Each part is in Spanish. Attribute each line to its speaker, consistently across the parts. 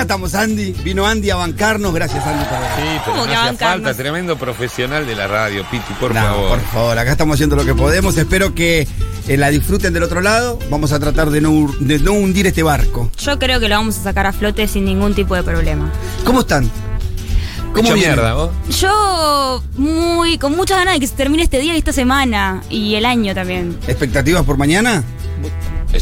Speaker 1: estamos Andy. Vino Andy a bancarnos. Gracias, Andy, por
Speaker 2: Sí, pero
Speaker 3: ¿Cómo
Speaker 2: no
Speaker 3: que
Speaker 2: hacía
Speaker 3: bancarnos?
Speaker 2: falta, tremendo profesional de la radio, Piti, por
Speaker 1: No,
Speaker 2: favor.
Speaker 1: por favor, acá estamos haciendo lo que podemos. Espero que eh, la disfruten del otro lado. Vamos a tratar de no, hur- de no hundir este barco.
Speaker 3: Yo creo que lo vamos a sacar a flote sin ningún tipo de problema.
Speaker 1: ¿Cómo están?
Speaker 2: Hecho
Speaker 1: vienen?
Speaker 2: mierda, vos?
Speaker 3: Yo muy con muchas ganas de que se termine este día y esta semana y el año también.
Speaker 1: ¿Expectativas por mañana?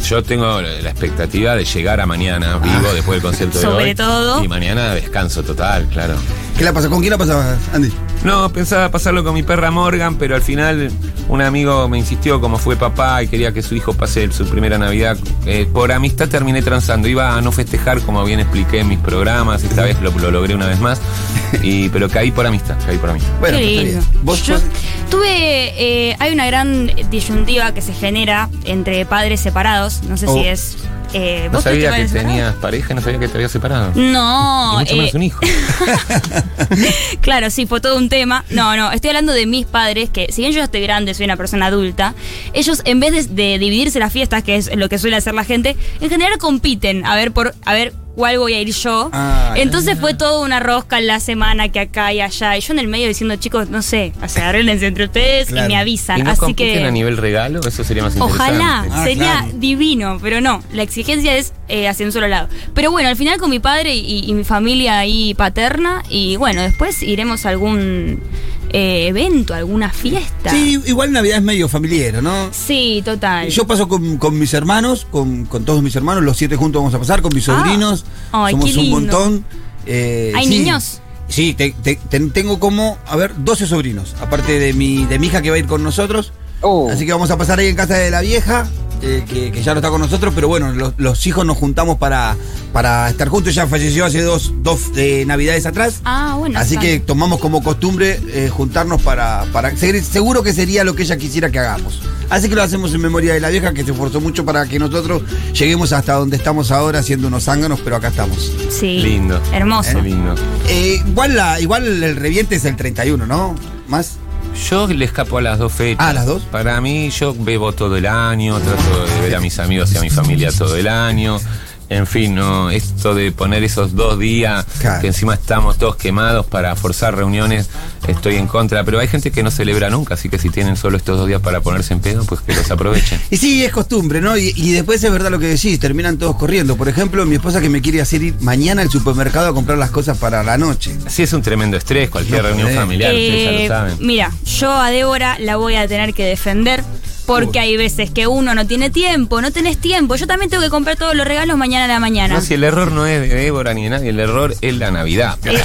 Speaker 2: Yo tengo la expectativa de llegar a mañana vivo después del concierto de
Speaker 3: Ah. Sobre
Speaker 2: hoy.
Speaker 3: todo.
Speaker 2: Y mañana descanso total, claro.
Speaker 1: ¿Qué la pasa? ¿Con quién la pasabas, Andy?
Speaker 2: No, pensaba pasarlo con mi perra Morgan, pero al final un amigo me insistió, como fue papá y quería que su hijo pase su primera Navidad. eh, por amistad terminé transando. Iba a no festejar, como bien expliqué en mis programas. Esta vez lo, lo logré una vez más. Y, pero caí por amistad, caí por amistad.
Speaker 1: Bueno,
Speaker 3: Qué
Speaker 1: está
Speaker 3: lindo.
Speaker 1: bien. ¿Vos,
Speaker 3: Yo eh,
Speaker 1: vos-
Speaker 3: tuve. eh, hay una gran disyuntiva que se genera entre padres separados. No sé
Speaker 1: Oh.
Speaker 3: si es. eh,
Speaker 2: No
Speaker 3: ¿vos tuviste
Speaker 2: sabía que
Speaker 3: padres separados?
Speaker 2: tenías pareja, no sabía que te habías separado. Y
Speaker 3: No,
Speaker 2: mucho
Speaker 3: eh,
Speaker 2: menos un hijo.
Speaker 3: Claro, sí, fue todo un tema. No, no, estoy hablando de mis padres, que si bien yo ya estoy grande, soy una persona adulta, ellos en vez de, de dividirse las fiestas, que es lo que suele hacer la gente, en general compiten a ver por a ver cuál voy a ir yo.
Speaker 1: Ah,
Speaker 3: Entonces fue toda una rosca en la semana que acá y allá. Y yo en el medio diciendo, chicos, no sé, o sea, arreglense entre ustedes
Speaker 1: Claro.
Speaker 3: y me
Speaker 2: ¿Y
Speaker 3: avisan.
Speaker 2: no
Speaker 3: Así
Speaker 2: compiten a
Speaker 3: que.
Speaker 2: nivel regalo? Eso sería más interesante.
Speaker 3: Ojalá,
Speaker 1: Ah,
Speaker 3: sería
Speaker 1: claro.
Speaker 3: divino, pero no, la exigencia es eh, hacia un solo lado. Pero bueno, al final con mi padre y, y mi familia ahí paterna, y bueno, después iremos a algún eh, evento, alguna fiesta.
Speaker 1: Sí, igual Navidad es medio familiar, ¿no?
Speaker 3: Sí, total.
Speaker 1: Yo paso con, con mis hermanos, con, con todos mis hermanos, los siete juntos vamos a pasar, con mis
Speaker 3: Ah.
Speaker 1: sobrinos.
Speaker 3: Ay,
Speaker 1: somos
Speaker 3: qué
Speaker 1: un
Speaker 3: lindo.
Speaker 1: montón. Eh,
Speaker 3: ¿Hay
Speaker 1: sí.
Speaker 3: niños?
Speaker 1: Sí, te- te- ten- tengo como, a ver, 12 sobrinos, aparte de mi, de mi hija que va a ir con nosotros.
Speaker 4: Oh.
Speaker 1: Así que vamos a pasar ahí en casa de la vieja, eh, que, que ya no está con nosotros, pero bueno, los, los hijos nos juntamos para, para estar juntos. Ya falleció hace dos, dos eh, navidades atrás.
Speaker 3: Ah, bueno.
Speaker 1: Así
Speaker 3: está.
Speaker 1: que tomamos como costumbre eh, juntarnos para, para. se- Seguro que sería lo que ella quisiera que hagamos. Así que lo hacemos en memoria de la vieja que se esforzó mucho para que nosotros lleguemos hasta donde estamos ahora, siendo unos zánganos, pero acá estamos.
Speaker 3: Sí.
Speaker 2: Lindo.
Speaker 3: Hermoso.
Speaker 2: Qué lindo.
Speaker 1: Eh, igual, la, igual el reviente es el 31, ¿no? ¿Más?
Speaker 2: Yo le escapo a las dos fechas.
Speaker 1: Ah, ¿las dos?
Speaker 2: Para mí, yo bebo todo el año, trato de ver a mis amigos y a mi familia todo el año. En fin, no, esto de poner esos dos días,
Speaker 1: Claro.
Speaker 2: que encima estamos todos quemados para forzar reuniones, estoy en contra. Pero hay gente que no celebra nunca, así que si tienen solo estos dos días para ponerse en pedo, pues que los aprovechen.
Speaker 1: Y sí, es costumbre, ¿no? Y, y después es verdad lo que decís, terminan todos corriendo. Por ejemplo, mi esposa que me quiere hacer ir mañana al supermercado a comprar las cosas para la noche.
Speaker 2: Así es un tremendo estrés, cualquier
Speaker 1: No
Speaker 2: reunión
Speaker 1: podés.
Speaker 2: familiar, ustedes ya lo
Speaker 3: Eh,
Speaker 2: saben.
Speaker 3: Mira, yo a Débora la voy a tener que defender. Porque hay veces que uno no tiene tiempo, no tenés tiempo. Yo también tengo que comprar todos los regalos mañana a la mañana.
Speaker 2: No, si el error no es de Débora ni de nadie, el error es la Navidad.
Speaker 3: Eh,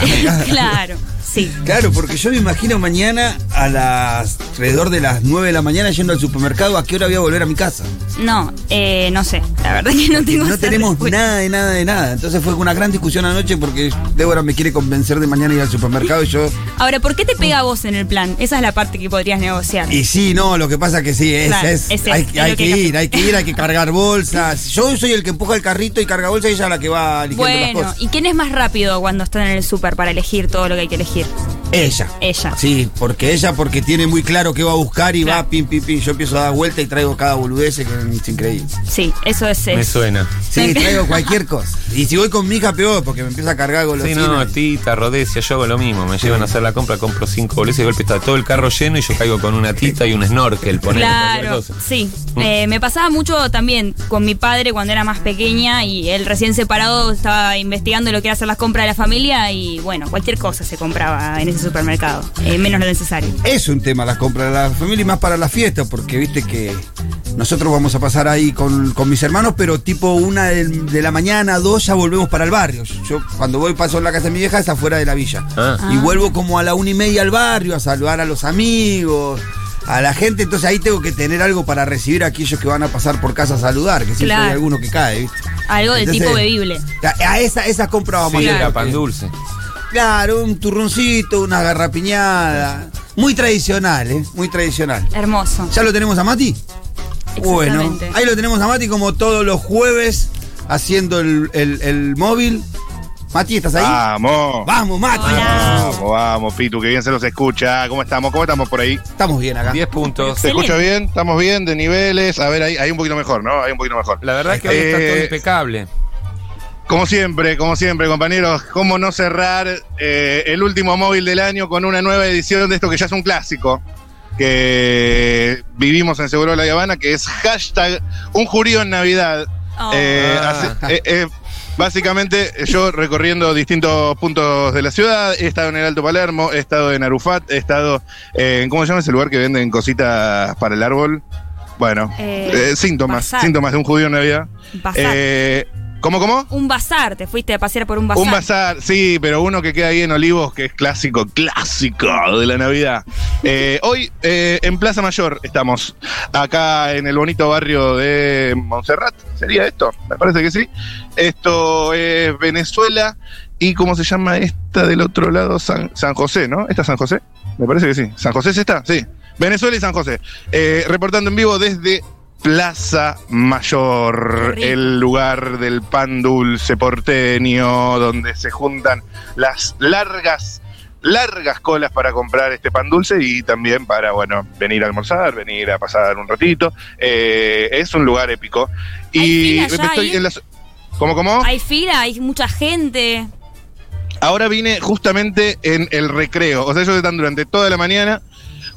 Speaker 3: claro, sí.
Speaker 1: Claro, porque yo me imagino mañana a las alrededor de las 9 de la mañana yendo al supermercado, ¿a qué hora voy a volver a mi casa?
Speaker 3: No, eh, no sé. La verdad que no
Speaker 1: Porque
Speaker 3: tengo
Speaker 1: no
Speaker 3: esa
Speaker 1: tenemos
Speaker 3: respuesta.
Speaker 1: nada de nada de nada. Entonces fue una gran discusión anoche porque Débora me quiere convencer de mañana ir al supermercado y yo.
Speaker 3: Ahora, ¿por qué te pega a vos en el plan? Esa es la parte que podrías negociar.
Speaker 1: Y sí, no, lo que pasa que sí, es,
Speaker 3: Claro,
Speaker 1: es-
Speaker 3: es
Speaker 1: hay,
Speaker 3: eso, es
Speaker 1: hay
Speaker 3: lo
Speaker 1: que
Speaker 3: que hay que
Speaker 1: ir, hay que ir, hay que cargar bolsas. Yo soy el que empuja el carrito y carga bolsas y ella la que va eligiendo las
Speaker 3: Bueno,
Speaker 1: cosas.
Speaker 3: ¿y quién es más rápido cuando están en el súper para elegir todo lo que hay que elegir?
Speaker 1: Ella.
Speaker 3: Ella.
Speaker 1: Sí, porque ella porque tiene muy claro qué va a buscar y
Speaker 3: Claro.
Speaker 1: va pim pim pim. Yo empiezo a dar vuelta y traigo cada boludez, es increíble.
Speaker 3: Sí, eso es.
Speaker 2: Me
Speaker 3: es-
Speaker 2: suena.
Speaker 1: Sí, traigo cualquier cosa. Y si voy con mi hija, peor, porque me empieza a cargar
Speaker 2: Sí,
Speaker 1: golosinas.
Speaker 2: no, tita, rodecia, yo hago lo mismo. Me llevan a hacer la compra, compro cinco boletas y de golpe está todo el carro lleno y yo caigo con una tita y un snorkel, ponele, cualquier
Speaker 3: Claro,
Speaker 2: cosa. Mm.
Speaker 3: sí. Eh, me pasaba mucho también con mi padre cuando era más pequeña y él recién separado estaba investigando lo que era hacer las compras de la familia y bueno, cualquier cosa se compraba en ese supermercado, eh, menos lo necesario.
Speaker 1: Es un tema las compras de la familia y más para la fiesta, porque viste que nosotros vamos a pasar ahí con, con mis hermanos, pero tipo una del- de, la mañana, dos, ya volvemos para el barrio. Yo cuando voy paso en la casa de mi vieja es afuera de la villa.
Speaker 2: Ah.
Speaker 1: Y vuelvo como a la una y media al barrio a saludar a los amigos, a la gente. Entonces ahí tengo que tener algo para recibir a aquellos que van a pasar por casa a saludar, que siempre
Speaker 3: Claro.
Speaker 1: hay alguno que cae, ¿viste?
Speaker 3: Algo del
Speaker 1: Entonces,
Speaker 3: tipo bebible.
Speaker 1: A, a esa, esas compras vamos
Speaker 2: Sí,
Speaker 1: a hacer,
Speaker 2: la
Speaker 1: porque-
Speaker 2: pan dulce.
Speaker 1: Claro, un turroncito, una garrapiñada. Muy tradicional, ¿eh? Muy tradicional.
Speaker 3: Hermoso.
Speaker 1: ¿Ya lo tenemos a Mati? Bueno,
Speaker 3: Exactamente.
Speaker 1: ahí lo tenemos a Mati como todos los jueves haciendo el, el- el móvil. Mati, ¿estás ahí?
Speaker 5: Vamos.
Speaker 1: Vamos, Mati.
Speaker 3: Hola.
Speaker 5: Vamos, vamos, Pitu, que bien se los escucha. ¿Cómo estamos? ¿Cómo estamos por ahí?
Speaker 1: Estamos bien acá.
Speaker 2: 10 puntos.
Speaker 5: ¿Se
Speaker 3: Excelente.
Speaker 5: escucha bien? ¿Estamos bien? ¿De niveles? A ver, ahí, ahí un poquito mejor, Eh, ¿no? Ahí un poquito mejor.
Speaker 2: La verdad es que hoy está todo
Speaker 5: Eh,
Speaker 2: impecable.
Speaker 5: Como siempre, como siempre, compañeros, cómo no cerrar eh, el último móvil del año con una nueva edición de esto que ya es un clásico que vivimos en Seguro de la Habana, que es hashtag un judío en Navidad.
Speaker 3: Oh.
Speaker 5: Eh,
Speaker 2: Ah.
Speaker 5: así- eh, eh, básicamente, yo recorriendo distintos puntos de la ciudad, he estado en el Alto Palermo, he estado en Arufat, he estado en, ¿cómo se llama ese lugar que venden cositas para el árbol? Bueno,
Speaker 3: Eh,
Speaker 5: eh, síntomas,
Speaker 3: bazar.
Speaker 5: síntomas de un judío en Navidad.
Speaker 3: Bazar.
Speaker 5: Eh, ¿Cómo, cómo?
Speaker 3: un bazar, te fuiste a pasear por un bazar.
Speaker 5: Un bazar, sí, pero uno que queda ahí en Olivos, que es clásico, clásico de la Navidad. Eh, hoy eh, en Plaza Mayor estamos, acá en el bonito barrio de Montserrat, ¿sería esto? Me parece que sí. Esto es Venezuela y ¿cómo se llama esta del otro lado? San, San José, ¿no? ¿Esta es San José? Me parece que sí. ¿San José es esta? Sí. Venezuela y San José. Eh, reportando en vivo desde Plaza Mayor,
Speaker 3: Qué rico.
Speaker 5: el lugar del pan dulce porteño, donde se juntan las largas, largas colas para comprar este pan dulce y también para, bueno, venir a almorzar, venir a pasar un ratito. Eh, es un lugar épico. Y
Speaker 3: ¿Hay fila ya ahí?
Speaker 5: en la zo- ¿Cómo, cómo?
Speaker 3: Hay fila, hay mucha gente.
Speaker 5: Ahora vine justamente en el recreo. O sea, ellos están durante toda la mañana.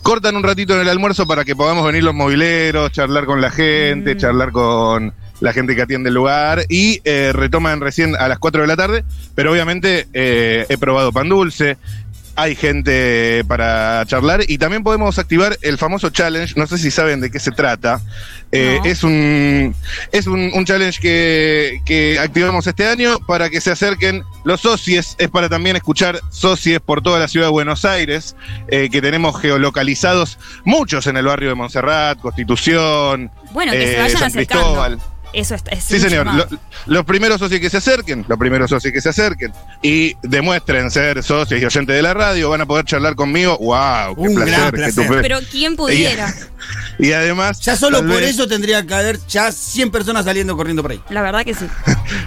Speaker 5: Cortan un ratito en el almuerzo para que podamos venir los mobileros, charlar con la gente,
Speaker 3: Mm.
Speaker 5: charlar con la gente que atiende el lugar y eh, retoman recién a las 4 de la tarde. Pero obviamente eh, he probado pan dulce, hay gente para charlar y también podemos activar el famoso challenge. No sé si saben de qué se trata. Eh,
Speaker 3: No.
Speaker 5: Es un es un, un challenge que, que activamos este año para que se acerquen los socies. Es para también escuchar socies por toda la ciudad de Buenos Aires, eh, que tenemos geolocalizados muchos en el barrio de Montserrat, Constitución,
Speaker 3: Bueno, que se
Speaker 5: eh,
Speaker 3: vayan
Speaker 5: San
Speaker 3: acercando.
Speaker 5: Cristóbal.
Speaker 3: Eso está- es
Speaker 5: Sí,
Speaker 3: un
Speaker 5: señor.
Speaker 3: llamado.
Speaker 5: Lo- los primeros socios que se acerquen, los primeros socios que se acerquen y demuestren ser socios y oyentes de la radio, van a poder charlar conmigo. ¡Wow! ¡Qué
Speaker 1: Un gran
Speaker 5: placer! qué
Speaker 1: placer.
Speaker 5: tupe-
Speaker 3: Pero quien pudiera,
Speaker 5: y además.
Speaker 1: Ya solo
Speaker 5: tal
Speaker 1: por
Speaker 5: vez-
Speaker 1: eso tendría que haber ya 100 personas saliendo corriendo por ahí.
Speaker 3: la verdad que sí.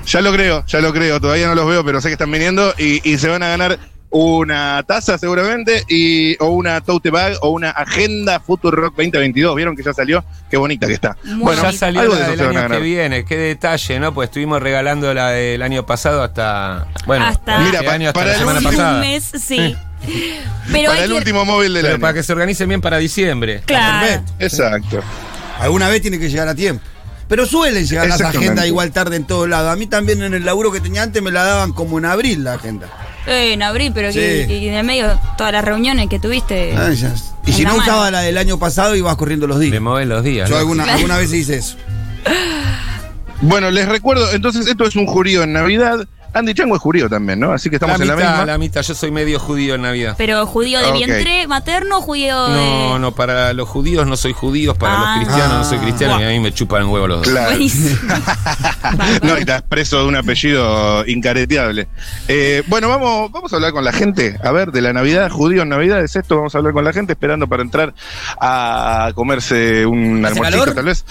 Speaker 5: Ya lo creo, ya lo creo. Todavía no los veo, pero sé que están viniendo y, y se van a ganar una taza seguramente y o una tote bag o una agenda Future Rock 2022. ¿Vieron que ya salió? Qué bonita que está.
Speaker 3: Muy
Speaker 5: bueno,
Speaker 2: ya
Speaker 3: bonita.
Speaker 2: salió
Speaker 5: algo de
Speaker 2: la
Speaker 5: eso
Speaker 2: del
Speaker 5: se van a
Speaker 2: año que
Speaker 5: ganar.
Speaker 2: viene. Qué detalle, ¿no? Pues estuvimos regalando la del año pasado hasta. Bueno,
Speaker 3: Hasta-
Speaker 2: este
Speaker 5: Mira, pa-
Speaker 2: año hasta
Speaker 5: para
Speaker 2: la
Speaker 5: el
Speaker 2: semana
Speaker 5: último
Speaker 2: pasada.
Speaker 3: Un mes, sí. Pero hay
Speaker 5: Para el
Speaker 3: que-
Speaker 5: último móvil del
Speaker 2: Pero
Speaker 5: año.
Speaker 2: para que se organicen bien para diciembre.
Speaker 3: Claro.
Speaker 1: Perfecto.
Speaker 5: Exacto.
Speaker 1: Alguna vez tiene que llegar a tiempo. Pero suelen llegar las
Speaker 5: Exactamente.
Speaker 1: agendas igual tarde en todos lados. A mí también en el laburo que tenía antes me la daban como en abril la agenda.
Speaker 3: Eh, en abril, pero
Speaker 1: Sí.
Speaker 3: que, que en el medio todas las reuniones que tuviste.
Speaker 1: Ah,
Speaker 5: Eh,
Speaker 1: ya. Y
Speaker 3: En
Speaker 1: si
Speaker 3: la
Speaker 1: no
Speaker 3: mano.
Speaker 1: usaba la del año pasado ibas corriendo los
Speaker 2: Le
Speaker 1: días.
Speaker 2: mueven los días.
Speaker 1: Yo
Speaker 2: ¿no?
Speaker 1: alguna, alguna vez hice eso.
Speaker 5: Bueno, les recuerdo, entonces esto es un jurío en Navidad. Andy Chango es jurío también, ¿no? Así que estamos
Speaker 2: la
Speaker 5: en
Speaker 2: mitad,
Speaker 5: la misma.
Speaker 2: la mitad. Yo soy medio judío en Navidad.
Speaker 3: Pero judío de
Speaker 5: Ah, Ok.
Speaker 3: vientre materno, judío
Speaker 2: No,
Speaker 3: de.
Speaker 2: no, para los judíos no soy judíos, para
Speaker 3: Ah.
Speaker 2: los cristianos no soy cristiano y
Speaker 3: Buah.
Speaker 2: a mí me chupan el huevo los dos.
Speaker 5: Claro.
Speaker 3: Buenísimo.
Speaker 5: No, y estás preso de un apellido incareteable. Eh, bueno, vamos, vamos a hablar con la gente. A ver, de la Navidad, judío en Navidad, es esto. Vamos a hablar con la gente, esperando para entrar a comerse un
Speaker 1: ¿Hace
Speaker 5: almuercito,
Speaker 1: calor?
Speaker 5: tal vez.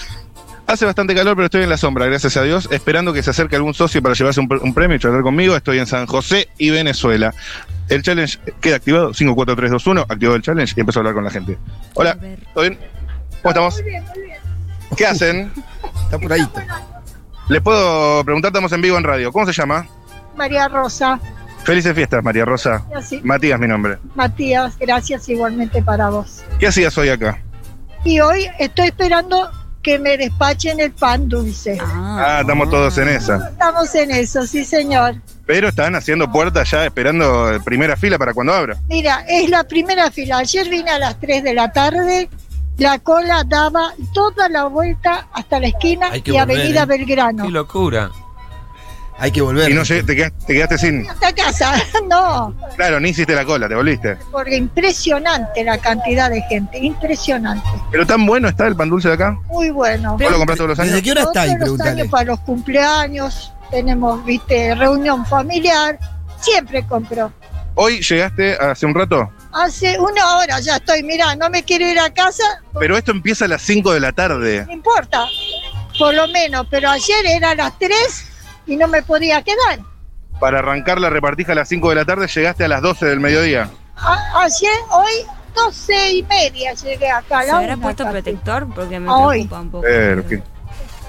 Speaker 5: Hace bastante calor, pero estoy en la sombra, gracias a Dios, esperando que se acerque algún socio para llevarse un, pre- un premio y charlar conmigo. Estoy en San José y Venezuela. El challenge queda activado, 54321, activó el challenge y empezó a hablar con la gente. Hola,
Speaker 3: A ver.
Speaker 5: ¿todo bien? ¿Cómo estamos? ¿Qué hacen?
Speaker 1: Está por ahí.
Speaker 5: Les puedo preguntar, estamos en vivo en radio. ¿Cómo se llama?
Speaker 4: María Rosa,
Speaker 5: Felices fiestas, María Rosa.
Speaker 4: así,
Speaker 5: Matías, mi nombre.
Speaker 4: Matías, gracias igualmente para vos.
Speaker 5: ¿Qué hacías hoy acá?
Speaker 4: Y hoy estoy esperando que me despachen el pan dulce.
Speaker 5: Ah, estamos todos en esa.
Speaker 4: Estamos en eso, sí señor.
Speaker 5: Pero están haciendo puertas ya, esperando eh, primera fila para cuando abra.
Speaker 4: Mira, es la primera fila. Ayer vine a las 3 de la tarde, la cola daba toda la vuelta hasta la esquina
Speaker 1: Hay
Speaker 4: y
Speaker 1: que volver,
Speaker 4: Avenida
Speaker 1: ¿eh?
Speaker 4: Belgrano.
Speaker 2: Qué locura.
Speaker 1: Hay que volver.
Speaker 5: Y no llegué- te, quedaste, te quedaste sin.
Speaker 4: Hasta casa, no,
Speaker 5: Claro, ni hiciste la cola, te volviste.
Speaker 4: porque impresionante la cantidad de gente, impresionante.
Speaker 5: Pero tan bueno está el pan dulce de acá.
Speaker 4: Muy bueno.
Speaker 5: ¿Vos lo compraste todos los
Speaker 1: ¿Desde
Speaker 5: años?
Speaker 1: qué hora está ahí?
Speaker 4: Todos los años
Speaker 1: Pregúntale.
Speaker 4: para los cumpleaños, tenemos, viste, reunión familiar, siempre compro.
Speaker 5: Hoy llegaste hace un rato.
Speaker 4: Hace una hora ya estoy, mirá, no me quiero ir a casa,
Speaker 5: Pero esto empieza a las 5 de la tarde.
Speaker 4: no importa, por lo menos, pero ayer era a las 3 y no me podía quedar.
Speaker 5: Para arrancar la repartija a las 5 de la tarde, llegaste a las 12 del mediodía.
Speaker 4: A- ayer, hoy, 12 y media llegué acá. a
Speaker 3: ¿Se
Speaker 4: la
Speaker 3: habrá
Speaker 4: una
Speaker 3: puesto
Speaker 4: casi.
Speaker 3: protector? Porque me
Speaker 4: Hoy.
Speaker 3: preocupa un poco.
Speaker 5: Pero, ¿qué?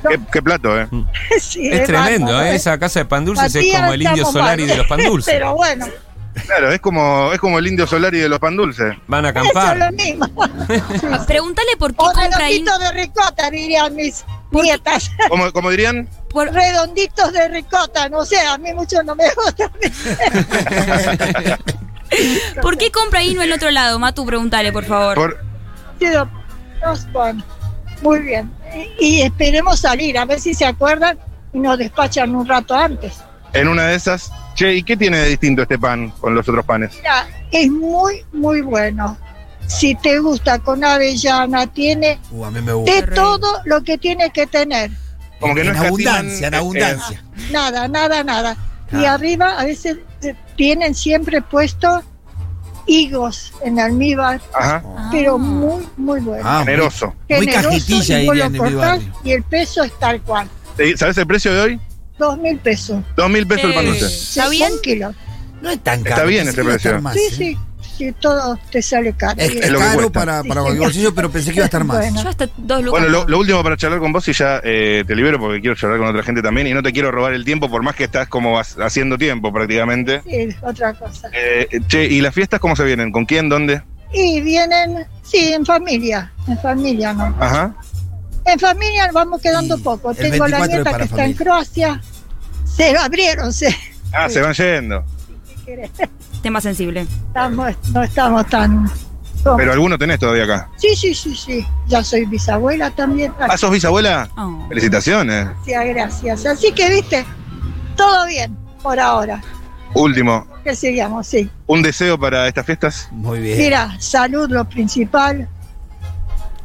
Speaker 5: Qué, qué plato, ¿eh?
Speaker 2: Mm.
Speaker 4: Sí,
Speaker 2: Es tremendo,
Speaker 4: bárbaro,
Speaker 2: ¿eh? Esa casa de pan dulces es
Speaker 4: Matías,
Speaker 2: como el indio
Speaker 4: estamos
Speaker 2: Solari
Speaker 4: mal.
Speaker 2: de los pan dulces.
Speaker 4: Pero bueno,
Speaker 5: Claro, es como, es como el indio Solari de los pan dulces.
Speaker 2: Van a
Speaker 4: eso es lo
Speaker 2: acampar.
Speaker 4: mismo.
Speaker 3: Pregúntale por qué
Speaker 4: O
Speaker 3: compra in-
Speaker 4: redonditos de ricota, dirían mis
Speaker 3: ¿Por qué?
Speaker 4: nietas.
Speaker 5: Como, como dirían,
Speaker 3: por-
Speaker 4: Redonditos de ricota, no sé, a mí mucho no me gusta.
Speaker 3: ¿por qué compra Inu en otro lado. Matu, pregúntale, por favor.
Speaker 5: por,
Speaker 4: Sido Osborne. Muy bien. Y, y esperemos salir, a ver si se acuerdan y nos despachan un rato antes.
Speaker 5: en una de esas. Che, ¿y qué tiene de distinto este pan con los otros panes?
Speaker 4: Mira, es muy, muy bueno. Si te gusta con avellana, tiene
Speaker 1: Uh, a mí me gusta.
Speaker 4: de
Speaker 3: rico.
Speaker 4: todo lo que tiene que tener.
Speaker 5: Como que no
Speaker 1: en
Speaker 5: escatiman,
Speaker 1: abundancia, en
Speaker 5: eh,
Speaker 1: abundancia.
Speaker 4: Nada, nada, nada. Y
Speaker 1: Ah.
Speaker 4: arriba a veces eh, tienen siempre puesto higos en almíbar,
Speaker 5: eh, ajá,
Speaker 3: Ah.
Speaker 4: pero muy, muy bueno.
Speaker 1: Ah, muy,
Speaker 5: generoso.
Speaker 1: muy
Speaker 4: Generoso,
Speaker 1: cajetilla
Speaker 4: y vos lo
Speaker 1: dirían en mi
Speaker 4: cortás
Speaker 1: barrio.
Speaker 4: y el peso es tal cual,
Speaker 5: Eh, ¿Sabes el precio de hoy?
Speaker 4: dos mil pesos.
Speaker 5: Dos mil pesos el pan
Speaker 3: Eh,
Speaker 5: dulce.
Speaker 3: ¿Está bien?
Speaker 4: Un kilo.
Speaker 1: No es tan
Speaker 5: Está
Speaker 1: caro.
Speaker 5: bien
Speaker 1: pensé
Speaker 5: este
Speaker 1: que iba a estar
Speaker 5: precio.
Speaker 1: más,
Speaker 4: Sí,
Speaker 1: ¿eh?
Speaker 4: sí, sí, todo te sale caro.
Speaker 1: Es, es
Speaker 5: lo que
Speaker 1: caro
Speaker 5: cuesta.
Speaker 1: para, para
Speaker 4: Sí,
Speaker 1: cualquier
Speaker 4: sí.
Speaker 1: bolsillo, pero pensé que iba a estar más.
Speaker 4: Bueno.
Speaker 3: Yo hasta dos lucas.
Speaker 5: Bueno, lo, lo último para charlar con vos y ya eh, te libero porque quiero charlar con otra gente también y no te quiero robar el tiempo por más que estás como vas- haciendo tiempo prácticamente.
Speaker 4: Sí, otra cosa.
Speaker 5: Eh, che, ¿y las fiestas cómo se vienen? ¿Con quién? ¿Dónde?
Speaker 4: Y vienen, sí, en familia, en familia, ¿no?
Speaker 5: Ajá.
Speaker 4: En familia vamos quedando
Speaker 1: Y
Speaker 4: poco.
Speaker 1: el
Speaker 4: Tengo la
Speaker 1: 24 es
Speaker 4: nieta
Speaker 1: para
Speaker 4: que está en
Speaker 1: familia.
Speaker 4: Croacia. Se lo abrieron, se.
Speaker 5: Ah, se van yendo.
Speaker 3: Tema sensible.
Speaker 4: Estamos, no estamos tan...
Speaker 5: Pero alguno tenés todavía acá.
Speaker 4: Sí, sí, sí, sí. Ya soy bisabuela también.
Speaker 5: Ah, ¿sos bisabuela?
Speaker 3: Oh.
Speaker 5: Felicitaciones.
Speaker 4: Gracias, gracias. Así que, viste, todo bien por ahora.
Speaker 5: Último,
Speaker 4: Que sigamos, sí.
Speaker 5: un deseo para estas fiestas.
Speaker 1: Muy bien.
Speaker 4: Mira, salud lo principal,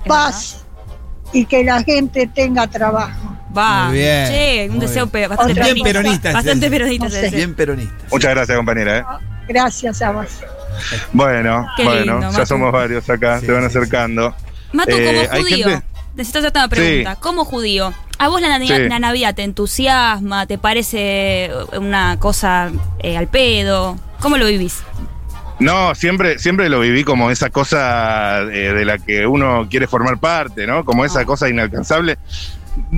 Speaker 3: Es
Speaker 4: paz y que la gente tenga trabajo.
Speaker 3: Va.
Speaker 1: Muy bien,
Speaker 3: Che, un
Speaker 1: muy
Speaker 3: deseo
Speaker 1: bien.
Speaker 3: pe- bastante
Speaker 4: Otra
Speaker 1: Bien
Speaker 4: cosa.
Speaker 1: peronista. ese
Speaker 3: Bastante
Speaker 1: deseo.
Speaker 3: peronista. ese
Speaker 4: No sé.
Speaker 3: deseo.
Speaker 1: Bien peronista.
Speaker 5: Muchas gracias, compañera. ¿eh?
Speaker 4: Gracias a vos.
Speaker 5: Bueno,
Speaker 3: Qué
Speaker 5: bueno, ya
Speaker 3: lindo, Matu.
Speaker 5: somos varios acá,
Speaker 1: Sí,
Speaker 5: se van
Speaker 1: sí, sí.
Speaker 5: acercando.
Speaker 3: Matu,
Speaker 5: Eh,
Speaker 3: como
Speaker 5: ¿hay
Speaker 3: judío,
Speaker 5: gente?
Speaker 3: necesito hacerte una pregunta. Como judío, ¿a vos la, Nani-
Speaker 5: Sí.
Speaker 3: la Navidad te entusiasma? ¿Te parece una cosa eh, al pedo? ¿Cómo lo vivís?
Speaker 5: No, siempre, siempre lo viví como esa cosa eh, de la que uno quiere formar parte, ¿no? Como esa
Speaker 3: Ah.
Speaker 5: cosa inalcanzable.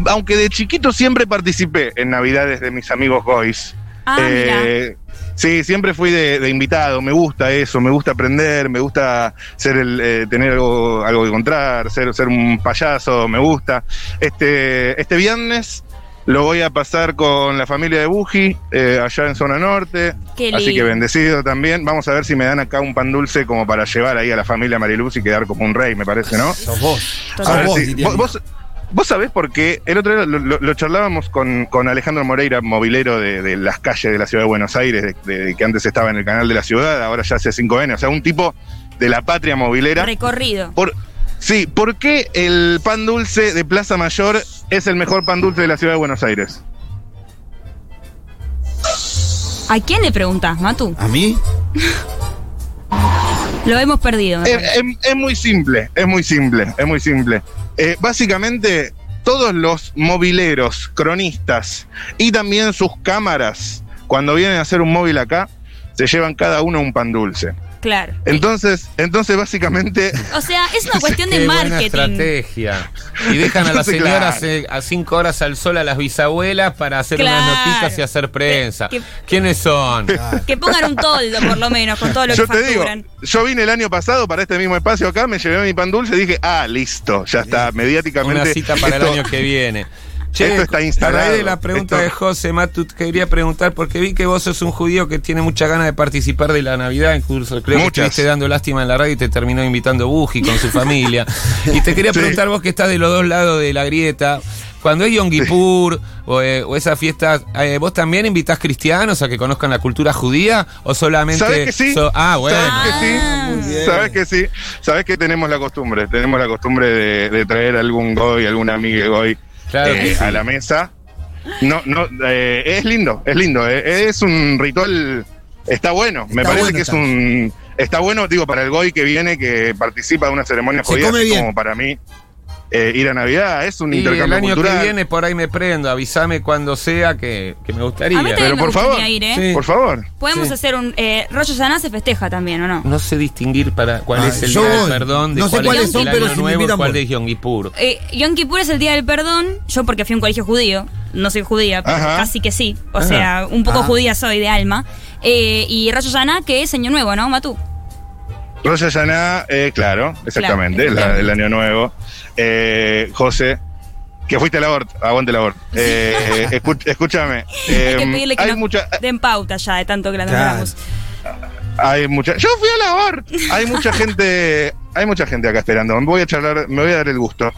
Speaker 5: Aunque de chiquito siempre participé en Navidades de mis amigos boys.
Speaker 3: Ah, mira.
Speaker 5: Eh, sí, siempre fui de, de invitado, me gusta eso, me gusta aprender, me gusta ser el, eh, tener algo, algo que encontrar, ser, ser un payaso, me gusta. Este, este viernes lo voy a pasar con la familia de Buji, eh, allá en zona norte.
Speaker 3: Qué lindo.
Speaker 5: Así que bendecido también. Vamos a ver si me dan acá un pan dulce como para llevar ahí a la familia Mariluz y quedar como un rey, me parece, ¿no?
Speaker 1: Sos vos.
Speaker 3: Total.
Speaker 5: A
Speaker 1: Sos
Speaker 5: ver
Speaker 1: vos,
Speaker 5: si-
Speaker 1: diría
Speaker 5: vos,
Speaker 1: yo.
Speaker 5: vos- vos sabés por qué. El otro día lo, lo- lo charlábamos con, con Alejandro Moreira, movilero de, de las calles de la ciudad de Buenos Aires, de, de- que antes estaba en el canal de la ciudad, ahora ya hace 5N. O sea, un tipo de la patria movilera.
Speaker 3: Recorrido.
Speaker 5: Por, sí, ¿por qué el pan dulce de Plaza Mayor es el mejor pan dulce de la ciudad de Buenos Aires?
Speaker 3: ¿A quién le preguntás, Matu?
Speaker 1: ¿A mí?
Speaker 3: Lo hemos perdido. me
Speaker 5: Es,
Speaker 3: parece.
Speaker 5: es- Eh, em, es muy simple, es muy simple, es muy simple. Eh, básicamente, todos los mobileros, cronistas y también sus cámaras, cuando vienen a hacer un móvil acá, se llevan cada uno un pan dulce.
Speaker 3: Claro.
Speaker 5: Entonces, entonces básicamente,
Speaker 3: O sea, es una cuestión
Speaker 2: Qué
Speaker 3: de
Speaker 2: buena
Speaker 3: marketing.
Speaker 2: estrategia. Y dejan a las
Speaker 5: Sí,
Speaker 2: señoras
Speaker 5: claro.
Speaker 2: eh, a cinco horas al sol a las bisabuelas para hacer unas
Speaker 3: Claro.
Speaker 2: noticias y hacer prensa.
Speaker 3: Que-
Speaker 2: ¿Quiénes son?
Speaker 3: Que pongan un toldo, por lo menos, con todo lo
Speaker 5: yo
Speaker 3: que
Speaker 5: te digo,
Speaker 3: facturan.
Speaker 5: yo vine el año pasado para este mismo espacio acá, me llevé mi pan dulce y dije, ah, listo, ya está, mediáticamente.
Speaker 2: Una cita para
Speaker 5: esto-
Speaker 2: el año que viene.
Speaker 5: esto está instalado.
Speaker 2: A raíz de la pregunta
Speaker 5: Esto-
Speaker 2: de José Matut, quería preguntar, porque vi que vos sos un judío que tiene mucha ganas de participar de la Navidad, incluso creo que
Speaker 5: Muchas.
Speaker 2: estuviste dando lástima en la radio y te terminó invitando Buji con su familia. y te quería
Speaker 5: Sí.
Speaker 2: preguntar, vos que estás de los dos lados de la grieta, cuando hay Yom Kippur o, eh, o esas fiestas, eh, ¿vos también invitás cristianos a que conozcan la cultura judía? ¿O solamente.?
Speaker 5: ¿Sabés que sí?
Speaker 2: so- ah, bueno.
Speaker 5: ¿Sabés que sí?
Speaker 3: Ah, muy
Speaker 1: bien.
Speaker 5: ¿Sabés que sí? ¿Sabés que tenemos la costumbre? Tenemos la costumbre de, de traer algún goy, algún amigo goy
Speaker 2: Claro
Speaker 5: eh,
Speaker 2: que sí.
Speaker 5: a la mesa. No, no, eh, es lindo, es lindo. eh, es un ritual, está bueno. Me
Speaker 1: Está
Speaker 5: parece
Speaker 1: bueno,
Speaker 5: que
Speaker 1: está.
Speaker 5: es un... Está bueno, digo, para el goy que viene, que participa de una ceremonia
Speaker 1: Se come
Speaker 5: así
Speaker 1: bien.
Speaker 5: como para mí. eh, ir a Navidad, es un
Speaker 2: Y
Speaker 5: intercambio
Speaker 2: el año
Speaker 5: cultural.
Speaker 2: que viene por ahí me prendo, avísame cuando sea que, que me gustaría.
Speaker 3: A mí también
Speaker 5: Pero
Speaker 3: me
Speaker 5: por
Speaker 3: gustaría
Speaker 5: favor,
Speaker 3: ir, ¿eh?
Speaker 2: sí.
Speaker 5: Por favor.
Speaker 3: Podemos
Speaker 2: Sí.
Speaker 3: hacer un. Eh, Rollo Yaná se festeja también, ¿o no?
Speaker 2: No sé distinguir para cuál
Speaker 1: Ah,
Speaker 2: es el
Speaker 1: yo
Speaker 2: día del
Speaker 1: voy.
Speaker 2: perdón, de
Speaker 1: No sé
Speaker 2: cuál
Speaker 3: cuáles
Speaker 2: es
Speaker 3: son,
Speaker 2: el
Speaker 1: pero
Speaker 2: año
Speaker 1: si me
Speaker 2: nuevo,
Speaker 1: invitan,
Speaker 2: cuál
Speaker 1: voy.
Speaker 2: es Yom Kippur.
Speaker 3: Eh, Yom Kippur es el día del perdón. Yo, porque fui a un colegio judío, no soy judía, pero
Speaker 5: Ajá.
Speaker 3: casi que sí. O
Speaker 2: Ajá.
Speaker 3: sea, un poco
Speaker 1: Ah.
Speaker 3: judía soy de alma. Eh, y Rollo Yaná, que es Año Nuevo, ¿no, Matú?
Speaker 5: Rosh Hashanah, eh, claro, exactamente,
Speaker 3: Claro,
Speaker 5: la-
Speaker 3: claro.
Speaker 5: el año nuevo. Eh, José, que fuiste la aborto, aguante la aborto. Eh, eh, escu- escúchame.
Speaker 3: hay que
Speaker 5: eh,
Speaker 3: pedirle que
Speaker 5: hay
Speaker 3: nos
Speaker 5: mucha,
Speaker 3: den pauta ya de tanto que la
Speaker 1: Claro.
Speaker 3: nombramos.
Speaker 5: hay mucha. Yo fui a la aborto. Hay mucha gente, hay mucha gente acá esperando. Voy a charlar, me voy a dar el gusto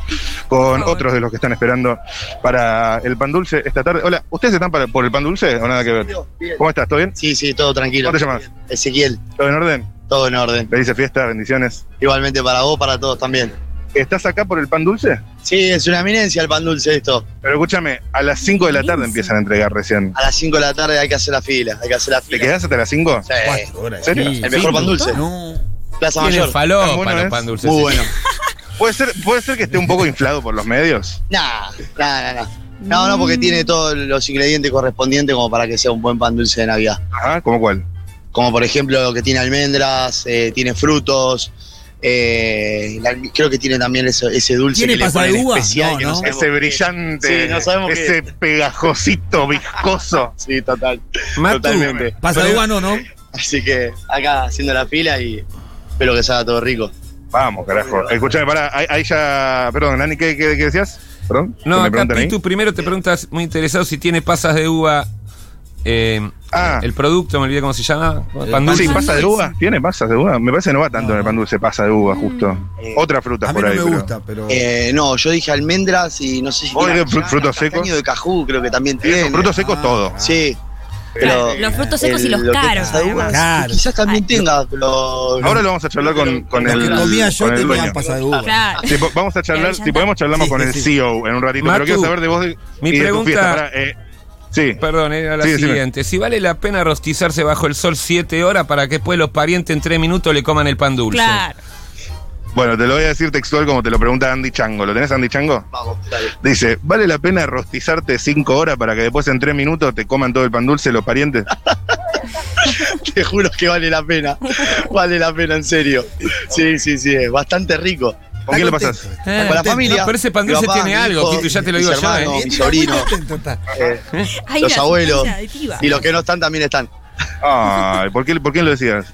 Speaker 5: con
Speaker 3: favor.
Speaker 5: otros de los que están esperando para el pan dulce esta tarde. Hola, ¿ustedes están para, por el pan dulce o nada que ver?
Speaker 6: Bien.
Speaker 5: ¿Cómo estás? ¿Todo bien?
Speaker 6: Sí, sí, todo tranquilo.
Speaker 5: ¿Cómo te llamas?
Speaker 6: Ezequiel,
Speaker 5: ¿Todo en orden?
Speaker 6: todo en orden.
Speaker 5: Felices fiestas, bendiciones.
Speaker 6: Igualmente para vos, para todos también.
Speaker 5: ¿Estás acá por el pan dulce?
Speaker 6: Sí, es una eminencia el pan dulce esto.
Speaker 5: Pero escúchame, a las 5 de la tarde empiezan a entregar recién.
Speaker 6: A las 5 de la tarde hay que hacer la fila, hay que hacer la
Speaker 5: ¿Te
Speaker 6: fila.
Speaker 5: quedás hasta las 5?
Speaker 6: Sí.
Speaker 1: Cuatro horas.
Speaker 5: ¿En serio?
Speaker 1: Sí,
Speaker 6: El mejor
Speaker 1: sí.
Speaker 6: pan dulce.
Speaker 1: No.
Speaker 6: Plaza
Speaker 2: Tiene
Speaker 6: Mayor.
Speaker 2: faló
Speaker 5: Tan bueno
Speaker 2: para los
Speaker 5: es.
Speaker 2: pan dulces.
Speaker 6: Muy bueno.
Speaker 5: ¿Puede ser, puede ser que esté eh? un poco inflado por los medios.
Speaker 6: Nah, nah, nah, nah. No, no, porque
Speaker 3: Mm.
Speaker 6: tiene todos los ingredientes correspondientes como para que sea un buen pan dulce de Navidad.
Speaker 5: Ajá, ¿cómo cuál?
Speaker 6: Como por ejemplo que tiene almendras, eh, tiene frutos. eh, la- creo que tiene también eso- ese dulce
Speaker 1: ¿Tiene
Speaker 6: que le
Speaker 1: pasa
Speaker 6: ponen
Speaker 1: de uva?
Speaker 6: especial
Speaker 1: No,
Speaker 6: que no
Speaker 1: no.
Speaker 6: sabemos
Speaker 5: Ese
Speaker 6: qué es.
Speaker 5: brillante,
Speaker 6: Sí, no sabemos qué
Speaker 5: ese pegajosito viscoso.
Speaker 6: Sí, total.
Speaker 2: Matu,
Speaker 6: Totalmente.
Speaker 1: Pasa de uva, no, ¿no?
Speaker 6: Así que acá haciendo la fila y espero que salga todo rico.
Speaker 5: Vamos, carajo. Escuchame, pará, ahí, ahí ya. Perdón, Nani, ¿qué, qué, qué decías? Perdón.
Speaker 2: No,
Speaker 5: ¿Me
Speaker 2: acá
Speaker 5: preguntan ahí?
Speaker 2: Pitu primero te preguntas, muy interesado, si tiene pasas de uva. eh,
Speaker 5: Ah.
Speaker 2: El producto, me olvidé cómo se llama.
Speaker 1: Eh,
Speaker 2: Pan
Speaker 5: Ah,
Speaker 2: dulce.
Speaker 5: sí, pasa de uva. ¿Tiene pasas de uva? Me parece que no va tanto en el pan dulce, pasa de uva, justo.
Speaker 6: Eh,
Speaker 5: Otra fruta
Speaker 1: A mí
Speaker 5: por
Speaker 1: no
Speaker 5: ahí.
Speaker 1: me
Speaker 5: pero-
Speaker 1: gusta, pero.
Speaker 6: Eh, no, yo dije almendras y no sé si.
Speaker 5: Oye,
Speaker 6: tiene
Speaker 5: fru-
Speaker 6: avellanas,
Speaker 5: frutos secos.
Speaker 6: castaño de cajú, creo que también
Speaker 5: Sí,
Speaker 6: tiene.
Speaker 5: Frutos secos,
Speaker 1: Ah.
Speaker 5: todo.
Speaker 6: Sí.
Speaker 3: Claro,
Speaker 6: pero
Speaker 3: los frutos secos
Speaker 6: el-
Speaker 3: y los
Speaker 6: lo que
Speaker 3: caros.
Speaker 6: pasa de uva,
Speaker 3: además.
Speaker 1: Claro.
Speaker 6: Quizás también tenga. Lo,
Speaker 5: Ahora lo vamos a charlar con, con
Speaker 1: Lo
Speaker 5: el.
Speaker 1: que comía yo
Speaker 5: con el
Speaker 1: tenía
Speaker 5: dueño.
Speaker 1: pasa de uva.
Speaker 3: Claro.
Speaker 5: Sí, po- vamos a charlar,
Speaker 3: Ya
Speaker 5: si podemos charlamos
Speaker 1: Sí,
Speaker 5: con
Speaker 1: sí,
Speaker 5: el
Speaker 1: sí.
Speaker 5: CEO en un ratito,
Speaker 2: Matu,
Speaker 5: pero quiero saber de vos de-
Speaker 2: mi
Speaker 5: y de tu
Speaker 2: pregunta-
Speaker 5: fiesta. Pará, eh, sí.
Speaker 2: Perdón, era la
Speaker 5: Sí, decime.
Speaker 2: siguiente. Si vale la pena rostizarse bajo el sol 7 horas para que después los parientes en 3 minutos le coman el pan dulce.
Speaker 3: Claro.
Speaker 5: Bueno, te lo voy a decir textual como te lo pregunta Andy Chango. ¿Lo tenés Andy Chango?
Speaker 6: Vamos, dale.
Speaker 5: Dice, ¿vale la pena rostizarte cinco horas para que después en tres minutos te coman todo el pan dulce los parientes?
Speaker 6: Te juro que vale la pena. Vale la pena, en serio. Sí, sí, sí, es bastante rico.
Speaker 5: ¿Con quién lo pasás?
Speaker 2: Eh,
Speaker 6: Con la
Speaker 2: no,
Speaker 6: familia.
Speaker 2: pero ese pan
Speaker 6: mi
Speaker 2: dulce
Speaker 6: papá,
Speaker 2: tiene
Speaker 6: mi
Speaker 2: algo,
Speaker 6: hijo,
Speaker 2: Pitu, ya te lo
Speaker 6: mis
Speaker 2: digo yo,
Speaker 6: hermanos,
Speaker 2: eh.
Speaker 6: Mi sobrino. eh,
Speaker 3: Hay
Speaker 6: Los
Speaker 3: una
Speaker 6: abuelos.
Speaker 3: sustancia adictiva.
Speaker 6: y los que no están también están.
Speaker 5: Ay, ¿por qué, por qué lo decías?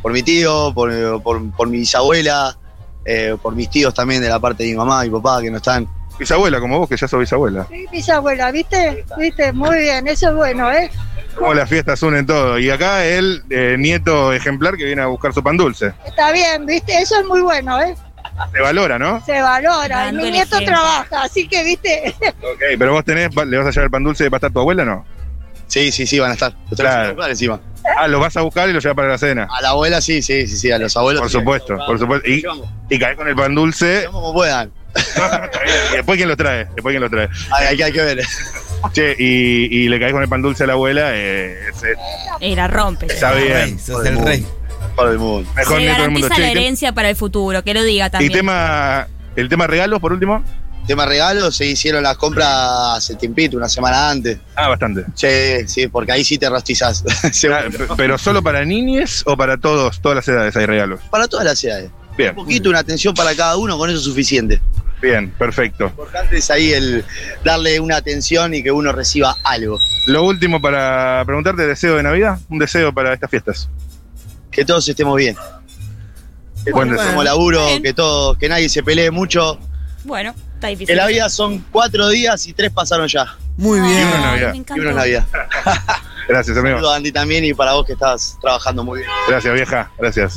Speaker 6: por mi tío, por, por, por mi bisabuela, eh, por mis tíos también de la parte de mi mamá y papá que no están.
Speaker 5: Bisabuela, como vos que ya sos bisabuela.
Speaker 4: Sí, bisabuela, ¿viste? ¿Viste? Muy bien, eso es bueno, ¿eh?
Speaker 5: Como las fiestas unen todo. Y acá el eh, nieto ejemplar que viene a buscar su pan dulce.
Speaker 4: Está bien, ¿viste? Eso es muy bueno, ¿eh?
Speaker 5: Se valora, ¿no?
Speaker 4: Se valora. Y
Speaker 3: Dando
Speaker 4: mi
Speaker 3: el
Speaker 4: nieto
Speaker 3: ejemplo.
Speaker 4: trabaja, así que, ¿viste?
Speaker 5: Ok, pero vos tenés, le vas a llevar el pan dulce para estar tu abuela, ¿no?
Speaker 6: Sí, sí, sí, van a estar. Los tenemos
Speaker 5: Claro.
Speaker 6: en el lugar encima.
Speaker 5: Ah, lo vas a buscar y lo llevas para la cena.
Speaker 6: A la abuela sí, sí, sí, sí, a los abuelos.
Speaker 5: Por
Speaker 6: sí.
Speaker 5: supuesto, por supuesto. Y,
Speaker 6: Llevamos,
Speaker 5: y caes con el pan dulce.
Speaker 6: llevamos como puedan.
Speaker 5: y después quién lo trae, después quién lo trae.
Speaker 6: Hay, hay que- hay que ver.
Speaker 5: Che, y, y le caes con el pan dulce a la abuela, eh, es- es-
Speaker 3: Y la rompe.
Speaker 5: está bien.
Speaker 1: Rey, sos el rey.
Speaker 6: Por el mundo.
Speaker 5: Mejor
Speaker 3: Se
Speaker 5: nieto del mundo.
Speaker 3: garantiza
Speaker 5: Che,
Speaker 3: la
Speaker 5: y te-
Speaker 3: herencia para el futuro, que lo diga
Speaker 5: y
Speaker 3: también.
Speaker 5: tema, el tema regalos, por último.
Speaker 6: Tema regalos, se hicieron las compras hace tiempito, una semana antes.
Speaker 5: Ah, bastante.
Speaker 6: Sí, sí, porque ahí sí te rostizás. Seguro.
Speaker 5: Ah, p- Pero solo para niñes o para todos, todas las edades hay regalos.
Speaker 6: Para todas las edades.
Speaker 5: Bien,
Speaker 6: Un poquito, una atención para cada uno, con eso es suficiente.
Speaker 5: bien, perfecto.
Speaker 6: Lo importante es ahí el darle una atención y que uno reciba algo.
Speaker 5: Lo último para preguntarte, deseo de Navidad, un deseo para estas fiestas.
Speaker 6: Que todos estemos bien. Que
Speaker 5: Buen
Speaker 6: todos
Speaker 5: deseo.
Speaker 6: como laburo,
Speaker 3: Bien.
Speaker 6: que todo, que nadie se pelee mucho.
Speaker 3: Bueno, está
Speaker 6: Que
Speaker 3: difícil.
Speaker 6: la vida son cuatro días y tres pasaron ya.
Speaker 1: Muy
Speaker 3: Ay,
Speaker 1: bien.
Speaker 5: una Navidad.
Speaker 3: me encantó.
Speaker 6: Y uno es Navidad.
Speaker 5: Gracias, amigo.
Speaker 6: Saludos a Andy también y para vos que estás trabajando muy bien.
Speaker 5: Gracias, vieja. Gracias.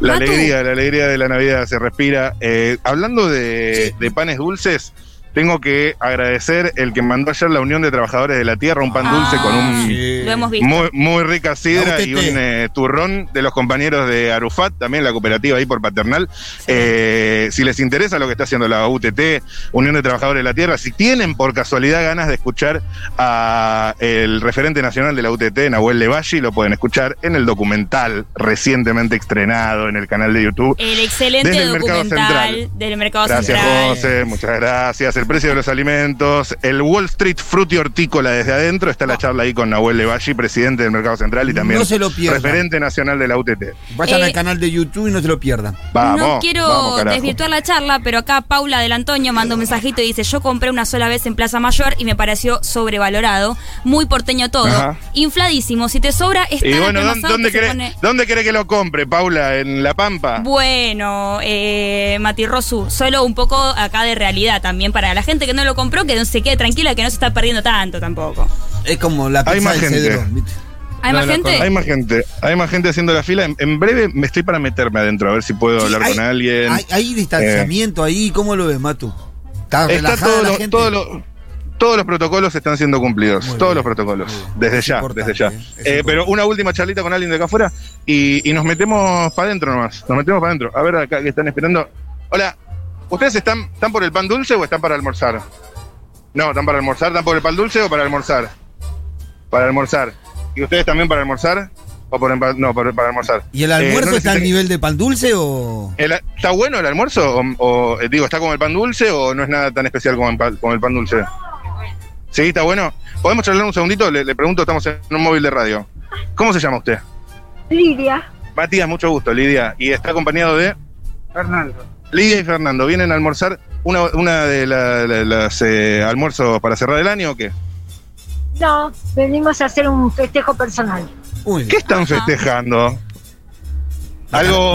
Speaker 5: La
Speaker 3: Matu.
Speaker 5: alegría, la alegría de la Navidad se respira. Eh, hablando de, de panes dulces, tengo que agradecer el que mandó ayer la Unión de Trabajadores de la Tierra, un pan dulce
Speaker 3: Ah,
Speaker 5: con un
Speaker 1: Sí.
Speaker 3: Lo hemos visto.
Speaker 5: muy, muy rica sidra
Speaker 1: La
Speaker 5: y
Speaker 1: UTT.
Speaker 5: un eh, turrón de los compañeros de Arufat, también la cooperativa ahí por Paternal. Eh, si les interesa lo que está haciendo la UTT, Unión de Trabajadores de la Tierra, si tienen por casualidad ganas de escuchar a el referente nacional de la UTT, Nahuel Levalli, lo pueden escuchar en el documental recientemente estrenado en el canal de YouTube.
Speaker 3: El excelente
Speaker 5: Desde el mercado
Speaker 3: documental
Speaker 5: central.
Speaker 3: del mercado
Speaker 5: Gracias,
Speaker 3: central.
Speaker 5: José. Muchas gracias. El precio de los alimentos. El Wall Street Fruti Hortícola desde adentro. Está la charla ahí con Nahuel Levalli, presidente del Mercado Central y también
Speaker 1: Ah. No se lo pierdan.
Speaker 5: referente nacional de la UTT.
Speaker 1: Vayan
Speaker 3: Eh,
Speaker 1: al canal de YouTube y no se lo pierdan.
Speaker 5: Vamos.
Speaker 3: no quiero
Speaker 5: vamos, carajo.
Speaker 3: desvirtuar la charla, pero acá Paula del Antonio mandó un mensajito y dice, yo compré una sola vez en Plaza Mayor y me pareció sobrevalorado, muy porteño todo,
Speaker 5: Ajá.
Speaker 3: infladísimo, si te sobra está
Speaker 5: Y
Speaker 3: en el
Speaker 5: bueno, ¿dónde,
Speaker 3: amasado
Speaker 5: dónde
Speaker 3: que se
Speaker 5: querés,
Speaker 3: pone-
Speaker 5: dónde querés que lo compre, Paula? ¿En La Pampa?
Speaker 3: Bueno, eh, Mati Rosu, solo un poco acá de realidad también para la gente que no lo compró, que no se quede tranquila, que no se está perdiendo tanto tampoco.
Speaker 1: Es como la
Speaker 5: Hay
Speaker 1: pizza
Speaker 5: más
Speaker 1: del
Speaker 5: gente.
Speaker 1: Cedrón. ¿viste?
Speaker 3: ¿Hay
Speaker 2: No
Speaker 3: más
Speaker 2: lo
Speaker 3: gente?
Speaker 2: conozco.
Speaker 5: Hay más gente, hay más gente haciendo la fila. En, en breve me estoy para meterme adentro, a ver si puedo
Speaker 1: Sí,
Speaker 5: hablar
Speaker 1: hay-
Speaker 5: con alguien.
Speaker 1: Hay, hay distanciamiento ahí, ¿cómo lo ves, Matu? Está,
Speaker 5: eh, Está
Speaker 1: relajada
Speaker 5: todo
Speaker 1: la
Speaker 5: lo-
Speaker 1: gente.
Speaker 5: todo lo- todos los protocolos están siendo cumplidos.
Speaker 1: Muy
Speaker 5: todos
Speaker 1: bien,
Speaker 5: los protocolos.
Speaker 1: muy bien.
Speaker 5: Desde
Speaker 1: Es
Speaker 5: ya,
Speaker 1: importante,
Speaker 5: desde ya.
Speaker 1: ¿eh? Es
Speaker 5: Eh,
Speaker 1: importante.
Speaker 5: pero una última charlita con alguien de acá afuera y, y nos metemos para adentro nomás. Nos metemos para adentro. A ver acá que están esperando. Hola, ¿ustedes están, están por el pan dulce o están para almorzar? No, están para almorzar, están por el pan dulce o para almorzar. Para almorzar. ¿Y ustedes también para almorzar? ¿O por el pan- no, por- para almorzar?
Speaker 1: ¿Y el
Speaker 5: Eh,
Speaker 1: almuerzo
Speaker 5: no
Speaker 1: está al
Speaker 5: necesitan-
Speaker 1: nivel de pan dulce o.?
Speaker 5: el- ¿Está bueno el almuerzo? O, o, eh, digo, ¿está como el pan dulce o no es nada tan especial como el, pa- como el pan dulce? Sí, está bueno. ¿Podemos charlar un segundito? Le, le pregunto, estamos en un móvil de radio. ¿Cómo se llama usted?
Speaker 7: Lidia.
Speaker 5: Matías, mucho gusto, Lidia. Y está acompañado de
Speaker 7: Fernando.
Speaker 5: Lidia y Fernando. ¿Vienen a almorzar una, una de la- la- las eh, almuerzos para cerrar el año o qué?
Speaker 7: No, venimos a hacer un festejo personal.
Speaker 1: Uy,
Speaker 5: ¿Qué están festejando?
Speaker 1: no
Speaker 5: Algo,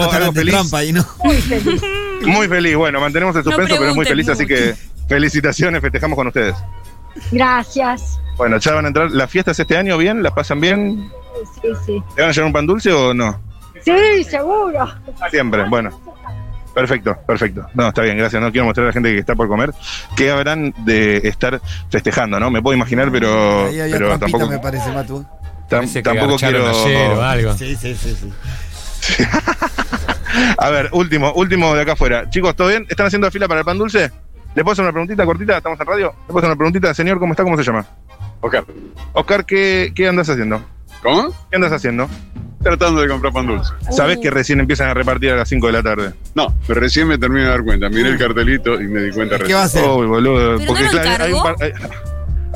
Speaker 1: estarán- no estarán
Speaker 5: algo
Speaker 1: de
Speaker 5: feliz.
Speaker 1: trampa ahí, ¿no?
Speaker 7: Muy feliz.
Speaker 5: Muy feliz. Bueno, mantenemos el
Speaker 3: No
Speaker 5: suspenso, pero es muy feliz,
Speaker 3: pregunten
Speaker 5: así que felicitaciones, festejamos con ustedes.
Speaker 7: Gracias.
Speaker 5: Bueno, ya van a entrar. ¿Las fiestas este año bien? ¿Las pasan bien?
Speaker 7: Sí, sí.
Speaker 5: ¿Te van a llevar un pan dulce o no?
Speaker 7: Sí, seguro.
Speaker 5: Siempre, bueno. Perfecto, perfecto. No, está bien, gracias. No quiero mostrar a la gente que está por comer que habrán de estar festejando, ¿no? Me puedo imaginar, pero,
Speaker 1: ahí había
Speaker 5: pero
Speaker 1: trampita,
Speaker 5: tampoco,
Speaker 1: me parece, Matu.
Speaker 5: tam-
Speaker 2: Parece que
Speaker 5: tampoco
Speaker 2: garcharon
Speaker 5: quiero.
Speaker 2: ayer o algo.
Speaker 1: Sí, sí, sí. sí.
Speaker 5: A ver, último, último de acá afuera. Chicos, ¿todo bien? ¿Están haciendo fila para el pan dulce? ¿Le puedo hacer una preguntita cortita? ¿Estamos en radio? ¿Le puedo hacer una preguntita? Señor, ¿cómo está? ¿Cómo se llama?
Speaker 8: Oscar,
Speaker 5: Oscar, ¿qué, qué andas haciendo?
Speaker 8: ¿cómo?
Speaker 5: ¿Qué andas haciendo?
Speaker 8: Tratando de comprar pan dulce.
Speaker 5: Sabes
Speaker 3: Uh.
Speaker 5: que recién empiezan a repartir a las 5 de la tarde.
Speaker 8: No, pero recién me termino de dar cuenta. Miré el cartelito y me di cuenta
Speaker 1: ¿Qué va a
Speaker 8: recién.
Speaker 1: hacer?
Speaker 5: Uy, boludo.
Speaker 3: Ah. Pero
Speaker 5: Porque
Speaker 3: no lo
Speaker 5: claro, hay un,
Speaker 3: encargó.
Speaker 5: par- hay-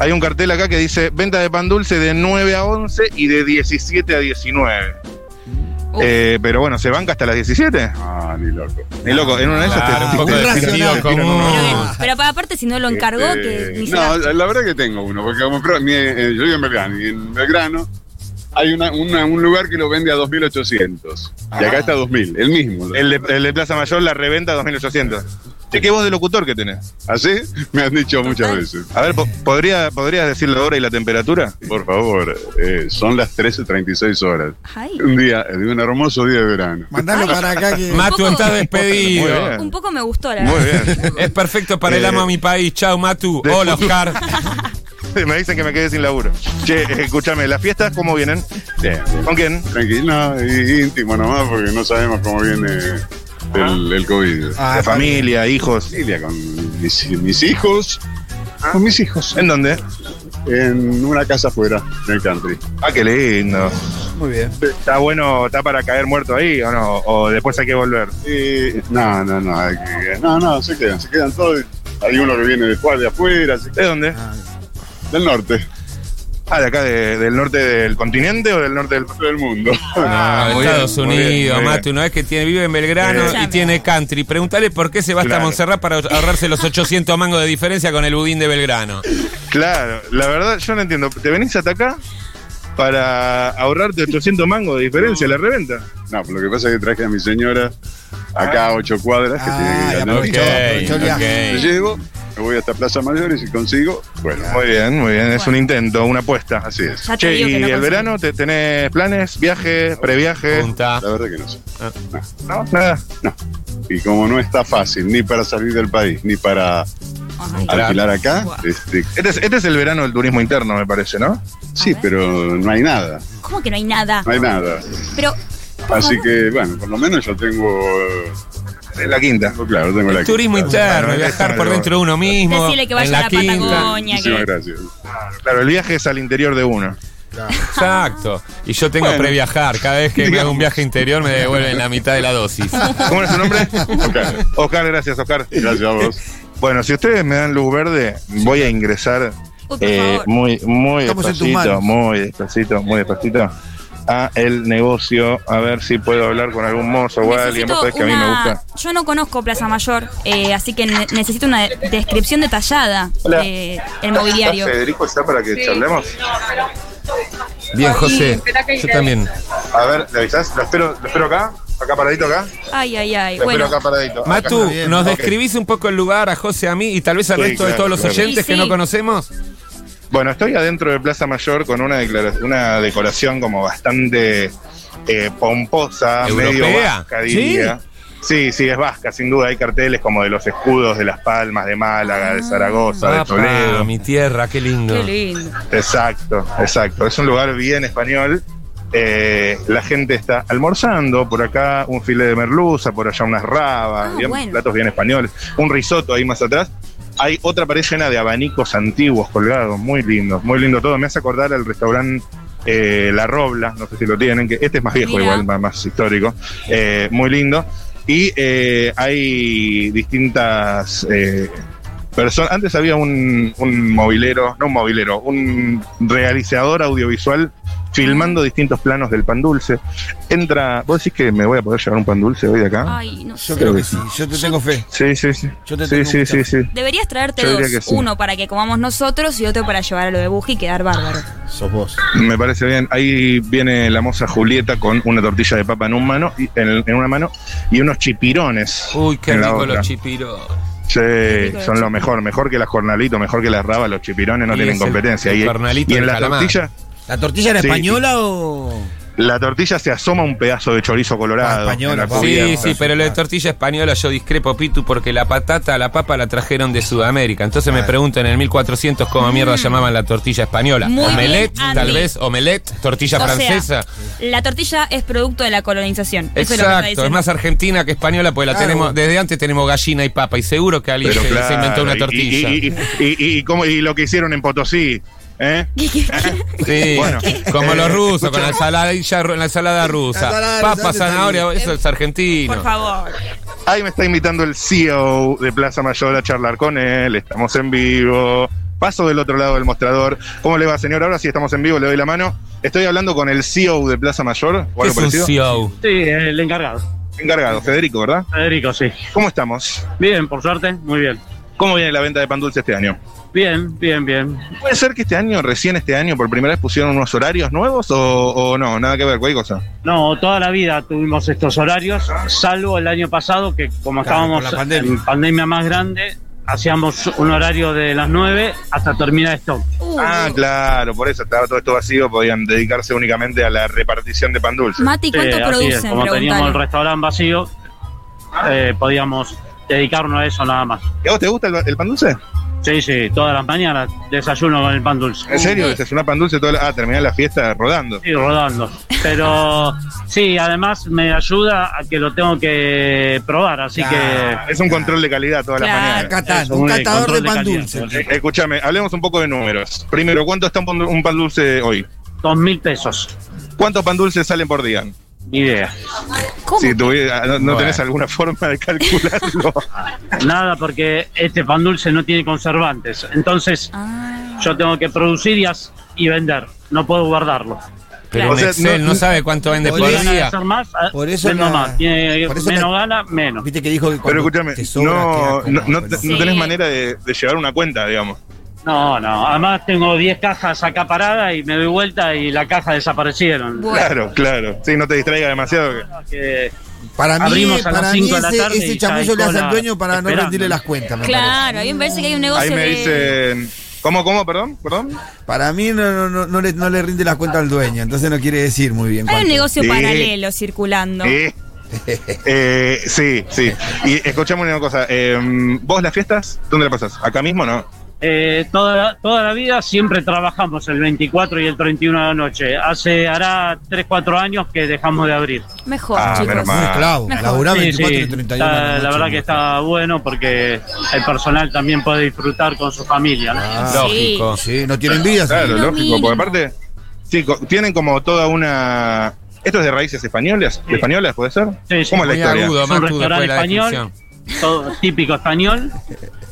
Speaker 5: hay un cartel acá que dice venta de pan dulce de 9 a 11 y de 17 a 19.
Speaker 3: Uf.
Speaker 5: Eh, pero bueno, ¿se banca hasta las 17?
Speaker 8: Ah, ni loco.
Speaker 5: Ni loco, en una de esas
Speaker 2: Claro,
Speaker 5: te
Speaker 2: un poco de
Speaker 5: te- te-
Speaker 2: sentido
Speaker 5: te-
Speaker 2: común.
Speaker 3: Pero, pero aparte, si no lo encargó,
Speaker 8: Este,
Speaker 3: que ni se
Speaker 8: No,
Speaker 3: la-
Speaker 8: la, la verdad que tengo uno, porque como pro- mi- eh, yo vivo en Belgrano, y en Belgrano hay una, una- un lugar que lo vende a 2.800. Y acá está 2.000, el mismo.
Speaker 5: Ah. El de, el de Plaza Mayor la reventa 2800. Che, qué voz de locutor que tenés.
Speaker 8: Así me han dicho muchas veces.
Speaker 5: A ver, po- ¿podría, ¿podrías decir la hora y la temperatura?
Speaker 8: Por favor, eh, son las 13.36 horas.
Speaker 3: Ay.
Speaker 8: Un día, de un hermoso día de verano.
Speaker 1: Mandalo para acá que.
Speaker 3: Un
Speaker 2: Matu
Speaker 3: poco-
Speaker 2: está
Speaker 5: Muy
Speaker 2: despedido.
Speaker 5: bien.
Speaker 3: Un poco me gustó la
Speaker 5: Muy
Speaker 3: verdad.
Speaker 5: bien.
Speaker 2: Es perfecto para el
Speaker 5: Eh,
Speaker 2: amo a mi país. Chau, Matu.
Speaker 5: de-
Speaker 2: Hola, Oscar.
Speaker 5: Me dicen que me quedé sin laburo. Che, escúchame, ¿las fiestas cómo vienen?
Speaker 8: Bien.
Speaker 5: ¿Con quién?
Speaker 8: Tranquilo, y- íntimo nomás, porque no sabemos cómo viene el, el COVID.
Speaker 1: Ah,
Speaker 5: La familia, hijos. Ah.
Speaker 8: Familia, con mis, mis hijos, con mis hijos,
Speaker 5: ¿En dónde?
Speaker 8: en una casa afuera, en el country.
Speaker 5: Ah, qué lindo.
Speaker 1: Muy bien.
Speaker 5: Está bueno, está para caer muerto ahí o no, o después hay que volver.
Speaker 8: Y, no, no, no, hay que- Eh, no, no, se quedan, se quedan todos. Hay uno que viene de, fuera- de afuera, se-
Speaker 5: ¿De dónde?
Speaker 1: Ah,
Speaker 8: del norte,
Speaker 5: Ah, de acá, de- del norte del continente o del norte del...
Speaker 8: del mundo.
Speaker 2: Ah,
Speaker 5: muy
Speaker 2: Estados
Speaker 5: bien, muy bien,
Speaker 2: Unidos,
Speaker 5: muy bien.
Speaker 2: Matu, no es que tiene, vive en Belgrano
Speaker 3: Eh.
Speaker 2: y tiene country. Pregúntale por qué se va hasta
Speaker 5: Claro.
Speaker 2: Montserrat para ahorrarse los 800 mangos de diferencia con el budín de Belgrano.
Speaker 5: Claro, la verdad yo no entiendo. ¿Te venís hasta acá para ahorrarte 800 mangos de diferencia la reventa?
Speaker 8: No, pero lo que pasa es que traje a mi señora
Speaker 2: Ah.
Speaker 8: acá a ocho cuadras, que tiene que ir
Speaker 1: y
Speaker 8: al
Speaker 1: aprovechó,
Speaker 8: norte.
Speaker 1: aprovechó el
Speaker 2: Ok,
Speaker 1: viaje.
Speaker 8: Me llevo, me voy hasta Plaza Mayor y si consigo, bueno,
Speaker 5: Muy bien, muy bien. Es
Speaker 3: Bueno.
Speaker 5: un intento, una apuesta.
Speaker 8: así es.
Speaker 3: Ya te
Speaker 5: Che,
Speaker 3: digo
Speaker 5: ¿y
Speaker 3: que no
Speaker 5: el
Speaker 3: conseguí.
Speaker 5: verano te, tenés planes, viajes, previajes? Ah.
Speaker 2: Punta.
Speaker 8: La verdad que no sé.
Speaker 5: ¿No? Nada.
Speaker 8: Y como no está fácil ni para salir del país, ni para
Speaker 3: Ay.
Speaker 5: Alquilar
Speaker 8: acá.
Speaker 3: Guau.
Speaker 8: este,
Speaker 5: Este es, este es el verano del turismo interno, me parece, ¿no?
Speaker 8: sí,
Speaker 3: ver. Ah.
Speaker 8: pero no hay nada.
Speaker 3: ¿Cómo que no hay nada?
Speaker 8: No hay nada.
Speaker 3: Pero, por
Speaker 8: Así
Speaker 3: favor.
Speaker 8: que, bueno, por lo menos yo tengo. eh,
Speaker 5: En la quinta.
Speaker 8: tengo claro, tengo la.
Speaker 2: El turismo interno,
Speaker 5: Claro,
Speaker 2: viajar
Speaker 5: claro.
Speaker 2: por dentro de uno mismo.
Speaker 3: Decirle que vaya
Speaker 2: en la
Speaker 3: a la
Speaker 2: quinta.
Speaker 3: Patagonia.
Speaker 8: Muchísimas
Speaker 3: que-
Speaker 8: gracias.
Speaker 5: Ah, Claro, el viaje es al interior de uno.
Speaker 2: Exacto. Y yo tengo
Speaker 8: Bueno.
Speaker 2: previajar. Cada vez que me hago
Speaker 8: Digamos.
Speaker 2: un viaje interior me devuelven la mitad de la dosis.
Speaker 5: ¿Cómo era su nombre?
Speaker 8: Oscar.
Speaker 5: Oscar, gracias, Oscar.
Speaker 8: Gracias a vos.
Speaker 5: Bueno, si ustedes me dan luz verde, voy a ingresar
Speaker 3: Uy, por
Speaker 5: eh,
Speaker 3: favor.
Speaker 5: muy, muy
Speaker 1: Estamos en tus manos.
Speaker 5: despacito, muy despacito, muy despacito a el negocio, a ver si puedo hablar con algún mozo o alguien,
Speaker 3: Necesito
Speaker 5: vos sabés que a mí me
Speaker 3: una-
Speaker 5: gusta.
Speaker 3: Yo no conozco Plaza Mayor, eh, así que ne- necesito una de- descripción detallada
Speaker 5: Hola.
Speaker 3: del mobiliario.
Speaker 5: Federico ya para que charlemos?
Speaker 2: Bien, José. Yo también.
Speaker 5: A ver, ¿le avisás? Lo espero, lo espero acá, acá paradito acá.
Speaker 3: Ay, ay, ay.
Speaker 5: Lo
Speaker 3: Bueno,
Speaker 5: espero acá paradito. Acá
Speaker 2: Matu,
Speaker 5: está bien,
Speaker 2: ¿nos
Speaker 5: ok.
Speaker 2: describís un poco el lugar a José, a mí y tal vez al
Speaker 5: Sí,
Speaker 2: resto de
Speaker 5: claro,
Speaker 2: todos los
Speaker 5: claro.
Speaker 2: oyentes
Speaker 3: Sí,
Speaker 2: que
Speaker 3: sí.
Speaker 2: no conocemos?
Speaker 5: Bueno, estoy adentro de Plaza Mayor con una, declara- una decoración como bastante eh, pomposa, medio
Speaker 2: ¿Europea?
Speaker 5: vasca, diría. ¿Sí? sí, es vasca, sin duda. Hay carteles como de los escudos de Las Palmas, de Málaga,
Speaker 2: Ah,
Speaker 5: de Zaragoza, de
Speaker 2: Papá,
Speaker 5: Toledo.
Speaker 2: mi tierra, qué lindo.
Speaker 3: qué lindo.
Speaker 5: Exacto, exacto. Es un lugar bien español. Eh, la gente está almorzando, por acá un filé de merluza, por allá unas rabas,
Speaker 3: Ah,
Speaker 5: bien-
Speaker 3: bueno.
Speaker 5: platos bien españoles, un risotto ahí más atrás. Hay otra pared llena de abanicos antiguos colgados, muy lindos, muy lindo todo. Me hace acordar al restaurante eh, La Robla, no sé si lo tienen, que este es más viejo
Speaker 3: Mira.
Speaker 5: igual, más, más histórico, Eh, muy lindo. Y eh, hay distintas eh, personas. Antes había un, un movilero, no un movilero, un realizador audiovisual filmando distintos planos del pan dulce. Entra, ¿vos decís que me voy a poder llevar un pan dulce hoy de acá?
Speaker 3: Ay, no
Speaker 1: Yo
Speaker 3: sé.
Speaker 1: creo que sí, yo te tengo fe.
Speaker 5: Sí, sí, sí.
Speaker 1: Yo te
Speaker 5: Sí,
Speaker 1: tengo
Speaker 5: sí,
Speaker 1: mucha
Speaker 5: sí, sí.
Speaker 3: Deberías traerte
Speaker 5: Yo diría
Speaker 3: dos,
Speaker 5: que sí.
Speaker 3: uno para que comamos nosotros y otro para llevar a lo de Buji y quedar bárbaro.
Speaker 1: Sos vos.
Speaker 5: Me parece bien. Ahí viene la moza Julieta con una tortilla de papa en, un mano, y- en, en una mano y unos chipirones.
Speaker 2: Uy, qué
Speaker 5: en la
Speaker 2: rico
Speaker 5: otra.
Speaker 2: los chipiros.
Speaker 5: Sí,
Speaker 3: rico los
Speaker 5: son lo
Speaker 3: chipirones.
Speaker 5: mejor, mejor que las jornalitos, mejor que las rabas, los chipirones no
Speaker 2: Y
Speaker 5: tienen
Speaker 2: es el-
Speaker 5: competencia.
Speaker 2: el
Speaker 5: Y-
Speaker 2: jornalito
Speaker 5: y en
Speaker 2: del
Speaker 5: la
Speaker 2: calamar.
Speaker 5: tortilla,
Speaker 1: ¿La tortilla era
Speaker 5: Sí,
Speaker 1: española o.?
Speaker 5: la tortilla se asoma un pedazo de chorizo colorado.
Speaker 1: Ah, española,
Speaker 5: en la
Speaker 1: pa.
Speaker 5: cubierta.
Speaker 2: Sí, sí, pero lo de tortilla española yo discrepo, Pitu, porque la patata, la papa la trajeron de Sudamérica. Entonces me pregunto en el 1400 cómo mierda llamaban la tortilla española.
Speaker 3: Muy bien,
Speaker 2: omelette,
Speaker 3: Andy.
Speaker 2: tal vez, omelette, tortilla
Speaker 3: O sea,
Speaker 2: francesa.
Speaker 3: La tortilla es producto de la colonización. Eso es lo que está
Speaker 2: Exacto, es
Speaker 3: diciendo.
Speaker 2: más argentina que española, porque la
Speaker 1: Claro.
Speaker 2: tenemos, desde antes tenemos gallina y papa, y seguro que alguien
Speaker 5: Pero
Speaker 2: se, se
Speaker 5: claro,
Speaker 2: inventó una
Speaker 5: y-
Speaker 2: tortilla.
Speaker 5: Y, y- y- y- y cómo- y lo que hicieron en Potosí. ¿eh?
Speaker 2: Sí,
Speaker 5: Bueno.
Speaker 2: como
Speaker 5: Eh,
Speaker 2: los rusos, con
Speaker 5: escucha.
Speaker 2: la ensaladilla ru- la ensalada rusa.
Speaker 1: Ensalada
Speaker 2: Papa,
Speaker 1: rusa,
Speaker 2: zanahoria, eso es argentino.
Speaker 3: Por favor.
Speaker 5: Ahí me está invitando el CEO de Plaza Mayor a charlar con él. Estamos en vivo. Paso del otro lado del mostrador. ¿Cómo le va, señor? Ahora sí estamos en vivo, le doy la mano. Estoy hablando con el CEO de Plaza Mayor. o
Speaker 2: ¿Qué
Speaker 5: algo
Speaker 2: es un E
Speaker 5: parecido.
Speaker 2: CEO?
Speaker 9: Sí, el encargado.
Speaker 5: Encargado, Federico, ¿verdad?
Speaker 9: Federico, sí.
Speaker 5: ¿Cómo estamos?
Speaker 9: Bien, por suerte, muy bien.
Speaker 5: ¿Cómo viene la venta de pan dulce este año?
Speaker 9: Bien, bien, bien.
Speaker 5: ¿Puede ser que este año, recién este año, por primera vez pusieron unos horarios nuevos o, o no? Nada que ver, cualquier cosa.
Speaker 9: No, toda la vida tuvimos estos horarios, salvo el año pasado que como
Speaker 1: Claro, por
Speaker 9: estábamos
Speaker 1: la pandemia.
Speaker 9: en pandemia más grande, hacíamos un horario de las 9 hasta terminar esto.
Speaker 3: Uh,
Speaker 5: Ah, claro, por eso estaba todo esto vacío, podían dedicarse únicamente a la repartición de pan dulce.
Speaker 3: Mati, ¿cuánto
Speaker 9: Sí, así es,
Speaker 3: producen?
Speaker 9: Como teníamos el
Speaker 3: Preguntale.
Speaker 9: restaurante vacío, eh, podíamos dedicarnos a eso nada más.
Speaker 5: ¿Y a vos te gusta el, el pan dulce?
Speaker 9: Sí, sí, todas las mañanas desayuno con el pan dulce.
Speaker 5: ¿En serio? ¿Desayunar pan dulce? Toda la- ah, terminar la fiesta rodando.
Speaker 9: Sí, rodando. Pero sí, además me ayuda a que lo tengo que probar, así
Speaker 1: Claro.
Speaker 5: Es un control de calidad todas
Speaker 3: Claro.
Speaker 5: las mañanas.
Speaker 9: que.
Speaker 1: Catán,
Speaker 9: es
Speaker 1: un
Speaker 9: eh,
Speaker 1: catador de
Speaker 9: control
Speaker 1: pan
Speaker 9: calidad.
Speaker 1: dulce.
Speaker 5: Eh, Escúchame, hablemos un poco de números. Primero, ¿cuánto está un pan, un pan dulce hoy?
Speaker 9: Dos mil pesos.
Speaker 5: ¿Cuántos pan dulces salen por día?
Speaker 9: Ni idea.
Speaker 3: ¿Cómo?
Speaker 5: Si tuviera- no, no
Speaker 2: Bueno.
Speaker 5: tenés alguna forma de calcularlo.
Speaker 9: Nada, porque este pan dulce no tiene conservantes. Entonces
Speaker 3: Ah.
Speaker 9: yo tengo que producir y, as- y vender. No puedo guardarlo.
Speaker 2: Pero
Speaker 5: O sea,
Speaker 2: en Excel
Speaker 5: no-
Speaker 2: no, sabe cuánto vende por
Speaker 1: Podría-
Speaker 2: día.
Speaker 9: Hacer más, ah,
Speaker 1: Por eso
Speaker 9: vendo
Speaker 1: la-
Speaker 9: más. Tiene-
Speaker 1: por eso
Speaker 9: menos
Speaker 1: la-
Speaker 9: gana, menos.
Speaker 1: Viste que dijo que
Speaker 5: Pero
Speaker 1: cuando
Speaker 5: escúchame,
Speaker 1: te sobra,
Speaker 5: no,
Speaker 1: queda
Speaker 5: no,
Speaker 1: como-
Speaker 5: no te-
Speaker 1: pero-
Speaker 5: no tenés
Speaker 3: Sí.
Speaker 5: manera de, de llevar una cuenta, digamos.
Speaker 9: No, no. Además tengo 10 cajas acá paradas y me doy vuelta y la caja desaparecieron.
Speaker 3: Bueno.
Speaker 5: Claro, claro. Sí, no te distraiga demasiado. que-
Speaker 9: Que-
Speaker 1: Para mí,
Speaker 9: Abrimos a las
Speaker 1: para mí
Speaker 9: cinco de la
Speaker 1: ese,
Speaker 9: tarde
Speaker 1: ese
Speaker 9: y ya
Speaker 1: chamullo le hace al
Speaker 9: cola
Speaker 1: dueño para no
Speaker 9: esperando.
Speaker 1: rendirle las cuentas. me
Speaker 3: Claro, a mí me parece que hay un negocio
Speaker 5: Ahí me
Speaker 3: de-
Speaker 5: dicen. ¿Cómo, cómo, perdón? ¿Perdón?
Speaker 1: parece. Para mí no, no, no, no le, no le rinde las cuentas al dueño, entonces no quiere decir muy bien.
Speaker 3: Hay un
Speaker 1: cuánto.
Speaker 3: negocio
Speaker 5: Sí.
Speaker 3: paralelo circulando.
Speaker 5: Eh, Eh, sí, sí. Y escuchame una cosa. eh, ¿Vos las fiestas? ¿Dónde las pasás? ¿Acá mismo no?
Speaker 9: Eh, toda, la, toda la vida siempre trabajamos el 24 y el 31 de la noche. Hace, hará 3, 4 años que dejamos de abrir.
Speaker 3: Mejor,
Speaker 5: Ah,
Speaker 3: chicos.
Speaker 5: menos mal.
Speaker 1: Muy esclavo.
Speaker 3: Mejor.
Speaker 1: Laburá
Speaker 9: Sí,
Speaker 1: 24
Speaker 9: sí,
Speaker 1: y 31.
Speaker 9: está-
Speaker 1: de
Speaker 9: la
Speaker 1: noche.
Speaker 9: verdad que está bueno porque el personal también puede disfrutar con su familia. ¿no?
Speaker 1: Ah,
Speaker 2: Lógico.
Speaker 1: Sí, no tienen vida. sí.
Speaker 5: Claro,
Speaker 3: lo
Speaker 5: lógico.
Speaker 3: mínimo.
Speaker 5: Porque aparte, sí, co- tienen como toda una. ¿Esto es de raíces españolas?
Speaker 9: Sí.
Speaker 5: ¿Españolas puede ser?
Speaker 9: Sí, sí.
Speaker 5: ¿Cómo es la
Speaker 2: Muy
Speaker 5: historia?
Speaker 9: Es
Speaker 2: agudo,
Speaker 9: un
Speaker 2: Matu, después
Speaker 9: restaurante
Speaker 2: de la
Speaker 9: español.
Speaker 2: descripción.
Speaker 9: todo típico español.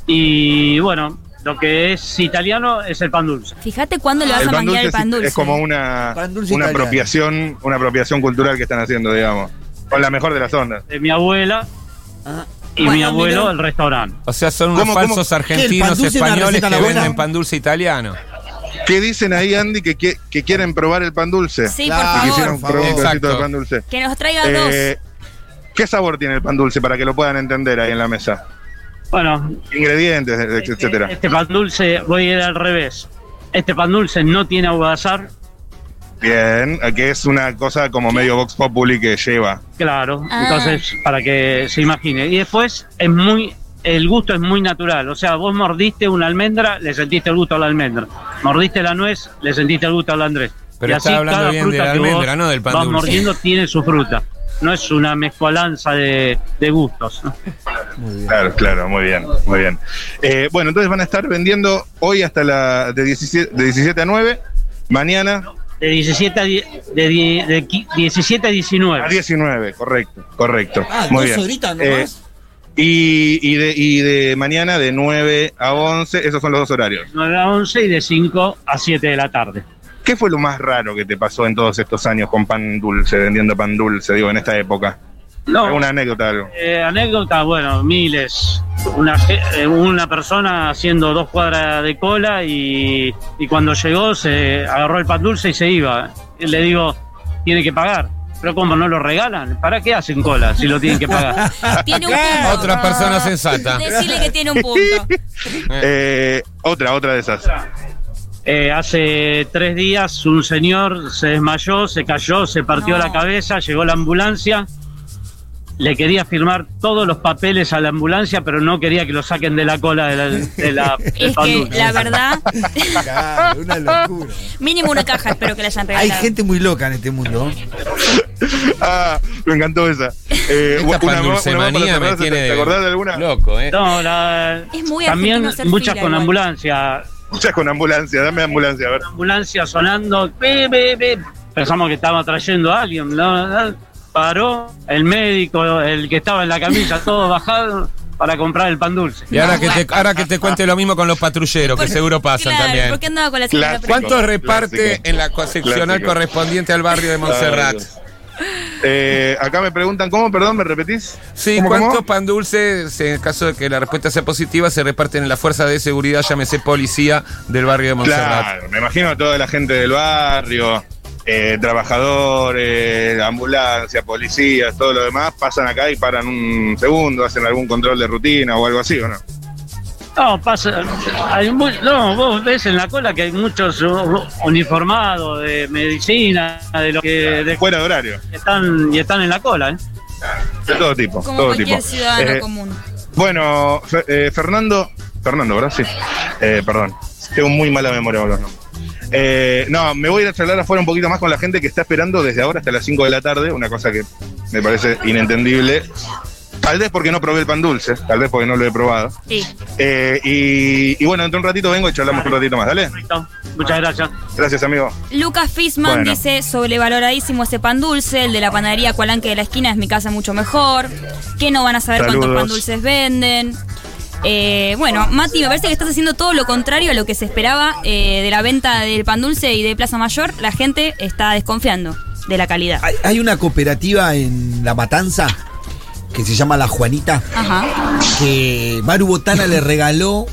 Speaker 9: Y bueno, lo que es italiano es el pan dulce.
Speaker 3: Fíjate cuándo le vas
Speaker 5: El
Speaker 3: a
Speaker 5: pan
Speaker 3: manguear
Speaker 5: dulce
Speaker 3: el pan
Speaker 5: es-
Speaker 3: dulce.
Speaker 5: es como una,
Speaker 1: Pan dulce
Speaker 5: una
Speaker 1: italiano.
Speaker 5: apropiación, una apropiación cultural que están haciendo, digamos. Con la mejor de las ondas.
Speaker 9: De mi abuela y
Speaker 3: Ah. Bueno,
Speaker 9: mi abuelo
Speaker 3: mirá.
Speaker 9: el restaurante.
Speaker 2: O sea, son unos
Speaker 5: ¿Cómo, cómo?
Speaker 2: falsos
Speaker 1: pan
Speaker 2: argentinos
Speaker 1: dulce es una
Speaker 2: españoles
Speaker 1: receta
Speaker 2: que
Speaker 1: laboral?
Speaker 2: venden pan dulce italiano.
Speaker 5: ¿Qué dicen ahí, Andy, que, qui- que quieren probar el pan dulce?
Speaker 3: Sí,
Speaker 1: Claro,
Speaker 5: Y
Speaker 3: por favor.
Speaker 5: Quisieron probar un
Speaker 2: Exacto.
Speaker 5: pedacito de pan dulce.
Speaker 3: Que nos traiga
Speaker 5: Eh, ¿Qué sabor tiene el pan dulce para que lo puedan entender ahí en la mesa?
Speaker 9: Bueno,
Speaker 5: Ingredientes, et-
Speaker 9: Este,
Speaker 5: etcétera.
Speaker 9: pan dulce, voy a ir al revés. Este pan dulce no tiene aguadazar,
Speaker 5: Bien, que es una cosa como medio Vox Populi que lleva.
Speaker 9: claro.
Speaker 3: Ah.
Speaker 9: Entonces, para que se imagine. Y después es muy, el gusto es muy natural. O sea, vos mordiste una almendra, le sentiste el gusto a la almendra. Mordiste la nuez, le sentiste el gusto al Andrés.
Speaker 2: Pero
Speaker 9: y
Speaker 2: está
Speaker 9: así
Speaker 2: hablando
Speaker 9: cada
Speaker 2: bien
Speaker 9: fruta
Speaker 2: de la
Speaker 9: que vos
Speaker 2: almendra, no del pan
Speaker 9: vas
Speaker 2: dulce.
Speaker 9: mordiendo tiene su fruta. No es una mezcolanza de, de gustos. ¿no?
Speaker 5: Claro, claro, muy bien, muy bien. Eh, bueno, entonces van a estar vendiendo hoy hasta la de 17, de 17 a 9, mañana
Speaker 9: De 17 a, die- de die- de qui- 17 a
Speaker 5: a
Speaker 9: 19.
Speaker 5: 19, correcto, correcto.
Speaker 1: Ah,
Speaker 5: muy
Speaker 1: dos
Speaker 5: bien.
Speaker 1: horitas
Speaker 5: Eh,
Speaker 1: nomás.
Speaker 5: y, y, de, y de mañana de 9 a 11, esos son los dos horarios.
Speaker 9: 9 a 11 y de 5 a 7 de la tarde.
Speaker 5: ¿Qué fue lo más raro que te pasó en todos estos años con pan dulce, vendiendo pan dulce, digo, en esta época?
Speaker 9: No,
Speaker 5: ¿Alguna anécdota algo?
Speaker 9: Eh, anécdota, bueno, miles. Una, ge- eh, una persona haciendo dos cuadras de cola y, y cuando llegó se agarró el pan dulce y se iba. Y le digo, tiene que pagar. Pero como no lo regalan, ¿para qué hacen cola si lo tienen que pagar?
Speaker 3: dos. Tiene un
Speaker 1: Claro.
Speaker 3: punto.
Speaker 2: Otra persona sensata.
Speaker 3: Decirle que tiene un punto.
Speaker 5: Eh, otra, otra de esas.
Speaker 9: Eh, hace tres días un señor se desmayó, se cayó, se partió
Speaker 3: No.
Speaker 9: la cabeza, llegó la ambulancia. Le quería firmar todos los papeles a la ambulancia, pero no quería que lo saquen de la cola de la, de la- del
Speaker 3: Es
Speaker 9: pan
Speaker 3: que
Speaker 9: dulce.
Speaker 3: la verdad,
Speaker 1: Claro, una locura.
Speaker 3: mínimo una caja espero que la hayan
Speaker 1: Hay
Speaker 3: regalado.
Speaker 1: gente muy loca en este mundo.
Speaker 5: Ah, me encantó esa. Eh,
Speaker 2: Esta
Speaker 5: una más- una más para
Speaker 2: pandulcemanía me
Speaker 5: cerrar,
Speaker 2: tiene
Speaker 5: ¿te-
Speaker 2: de
Speaker 5: ¿Te acordás de alguna?
Speaker 2: loco, ¿eh?
Speaker 9: No, la-
Speaker 3: Es muy
Speaker 9: también
Speaker 3: argentino hacer
Speaker 9: muchas
Speaker 3: fila
Speaker 9: con
Speaker 3: igual.
Speaker 9: ambulancia,
Speaker 5: Muchas con ambulancia, dame ambulancia, a ver.
Speaker 9: ambulancia sonando, pe, pe, pe. pensamos que estaba trayendo a alguien, ¿no? paró el médico, el que estaba en la camilla, todo bajado para comprar el pan dulce.
Speaker 2: Y ahora que, te, ahora que te cuente lo mismo con los patrulleros, que
Speaker 3: Porque-
Speaker 2: seguro pasan
Speaker 3: claro,
Speaker 2: también.
Speaker 3: ¿Por qué andaba con la señora?
Speaker 5: Claro.
Speaker 2: ¿Cuánto reparte
Speaker 5: Clásico.
Speaker 2: en la co- seccional
Speaker 5: Clásico.
Speaker 2: correspondiente al barrio de Montserrat?
Speaker 5: Ay, Dios. Eh, acá me preguntan, ¿cómo? Perdón, ¿me repetís?
Speaker 2: Sí,
Speaker 5: ¿Cómo,
Speaker 2: ¿cuántos
Speaker 5: cómo?
Speaker 2: pan dulces, en caso de que la respuesta sea positiva, se reparten en la fuerza de seguridad, llámese policía, del barrio de Montserrat?
Speaker 5: Claro, me imagino toda la gente del barrio, eh, trabajadores, ambulancia, policías, todo lo demás, pasan acá y paran un segundo, hacen algún control de rutina o algo así, ¿o no?
Speaker 9: No, pasa, hay mu- no, vos ves en la cola que hay muchos uh, uniformados de medicina, de lo que de-
Speaker 5: Fuera de horario,
Speaker 9: están y están en la cola, ¿eh?
Speaker 5: de todo tipo,
Speaker 3: Como
Speaker 5: todo
Speaker 3: cualquier
Speaker 5: tipo.
Speaker 3: ciudadano
Speaker 5: Eh,
Speaker 3: común.
Speaker 5: Bueno, Fe- eh, Fernando, Fernando, ¿verdad? Sí. Eh, perdón, tengo muy mala memoria con los nombres. Eh, no, me voy a ir a charlar afuera un poquito más con la gente que está esperando desde ahora hasta las 5 de la tarde, una cosa que me parece inentendible. Tal vez porque no probé el pan dulce, tal vez porque no lo he probado.
Speaker 3: Sí.
Speaker 5: Eh, y, y bueno, entre un ratito vengo y charlamos un ratito más, ¿dale?
Speaker 9: Perfecto. Muchas gracias.
Speaker 5: Gracias, amigo.
Speaker 3: Lucas Fisman
Speaker 5: Bueno.
Speaker 3: dice, sobrevaloradísimo ese pan dulce, el de la panadería Cualanque de la esquina es mi casa mucho mejor, que no van a saber cuántos
Speaker 5: Saludos.
Speaker 3: pan dulces venden. Eh, bueno, Mati, me parece que estás haciendo todo lo contrario a lo que se esperaba eh, de la venta del pan dulce y de Plaza Mayor. La gente está desconfiando de la calidad.
Speaker 1: Hay, hay una cooperativa en La Matanza que se llama La Juanita,
Speaker 3: Ajá.
Speaker 1: que Maru Botana le regaló